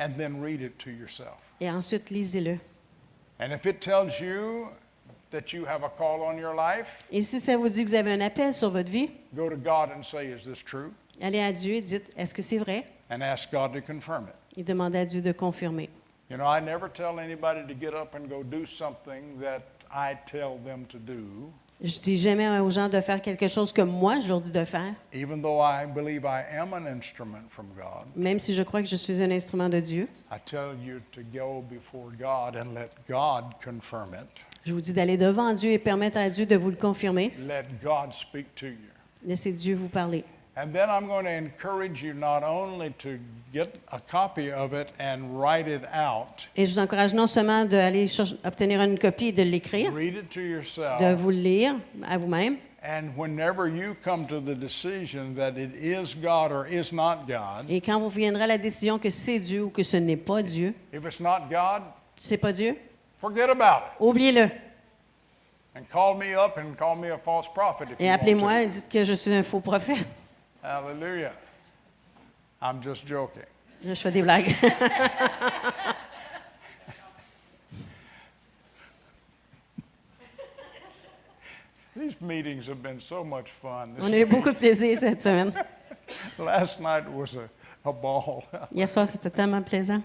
Speaker 4: and then read it to yourself.
Speaker 5: Et ensuite, lisez-le.
Speaker 4: And if it tells you that you have a call on your life,
Speaker 5: Et si ça vous dit que vous avez un appel sur votre vie,
Speaker 4: go to God and say, Is this true?
Speaker 5: allez à Dieu et dites Est-ce que c'est vrai
Speaker 4: And ask God to confirm it.
Speaker 5: Et demandez à Dieu de confirmer.
Speaker 4: You know, I never tell anybody to get up and go do something that I tell them to do,
Speaker 5: Je dis jamais aux gens de faire quelque chose que moi, je leur dis de faire,
Speaker 4: even though I believe I am an instrument from God.
Speaker 5: même si je crois que je suis un instrument de Dieu.
Speaker 4: I tell you to go before God and let God confirm it.
Speaker 5: Je vous dis d'aller devant Dieu et permettre à Dieu de vous le confirmer.
Speaker 4: Let God speak to you.
Speaker 5: Laissez Dieu vous parler.
Speaker 4: And then I'm going to encourage you not only to get a copy of it and write it out,
Speaker 5: Et je vous encourage non seulement d'aller chercher- obtenir une copie et de l'écrire,
Speaker 4: read it to
Speaker 5: de
Speaker 4: yourself,
Speaker 5: vous le lire à vous-même,
Speaker 4: and whenever you come to the decision that it is God or is not God,
Speaker 5: et quand vous viendrez à la décision que c'est Dieu ou que ce n'est pas Dieu,
Speaker 4: if it's not God,
Speaker 5: c'est pas Dieu,
Speaker 4: forget about it.
Speaker 5: oubliez-le
Speaker 4: And call me up and call me a false prophet if
Speaker 5: et
Speaker 4: you
Speaker 5: appelez-moi et
Speaker 4: want to.
Speaker 5: dites que je suis un faux prophète.
Speaker 4: Hallelujah. I'm just joking.
Speaker 5: Je fais des blagues.
Speaker 4: These meetings have been so much fun. This
Speaker 5: On a eu beaucoup de plaisir cette semaine.
Speaker 4: Last night was a, a ball.
Speaker 5: Hier soir, c'était tellement plaisant.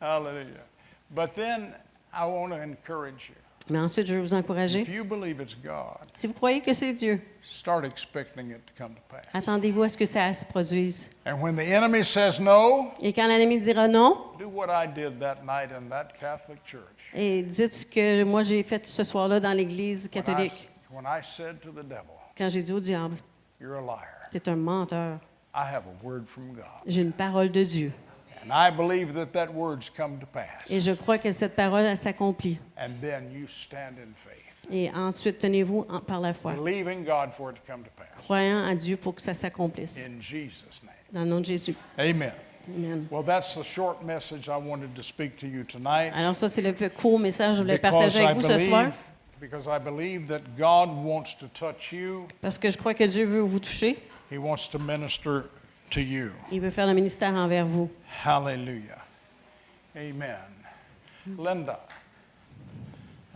Speaker 4: Hallelujah. But then I want to encourage you.
Speaker 5: Mais ensuite, je vais vous encourager.
Speaker 4: If you believe it's God,
Speaker 5: Si vous croyez que c'est Dieu,
Speaker 4: start expecting it to come to pass.
Speaker 5: attendez-vous à ce que ça se produise.
Speaker 4: And when the enemy says no,
Speaker 5: Et quand l'ennemi dira non,
Speaker 4: do what I did that night in that Catholic church.
Speaker 5: et dites ce que moi j'ai fait ce soir-là dans l'Église
Speaker 4: When I,
Speaker 5: catholique,
Speaker 4: when I said to the devil,
Speaker 5: quand j'ai dit au diable,
Speaker 4: You're a liar,
Speaker 5: t'es un menteur,
Speaker 4: I have a word from God.
Speaker 5: j'ai une parole de Dieu.
Speaker 4: And I believe that that word's come to pass.
Speaker 5: Et je crois que cette parole elle s'accomplit.
Speaker 4: And then you stand in faith,
Speaker 5: Et ensuite, tenez-vous en- par la foi,
Speaker 4: believing God for it to come to pass.
Speaker 5: croyant à Dieu pour que ça s'accomplisse.
Speaker 4: In Jesus' name.
Speaker 5: Dans le nom de Jésus.
Speaker 4: Amen.
Speaker 5: Amen.
Speaker 4: Well, that's the short message I wanted to speak to you tonight.
Speaker 5: Alors ça, c'est le plus court message que je voulais
Speaker 4: Because
Speaker 5: partager
Speaker 4: I
Speaker 5: avec vous ce soir,
Speaker 4: believe, because I believe that God wants to touch you.
Speaker 5: parce que je crois que Dieu veut vous toucher.
Speaker 4: He wants to minister to you.
Speaker 5: Il veut faire le ministère envers vous.
Speaker 4: Hallelujah. Amen. Linda,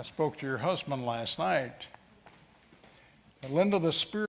Speaker 4: I spoke to your husband last night. Linda, the Spirit.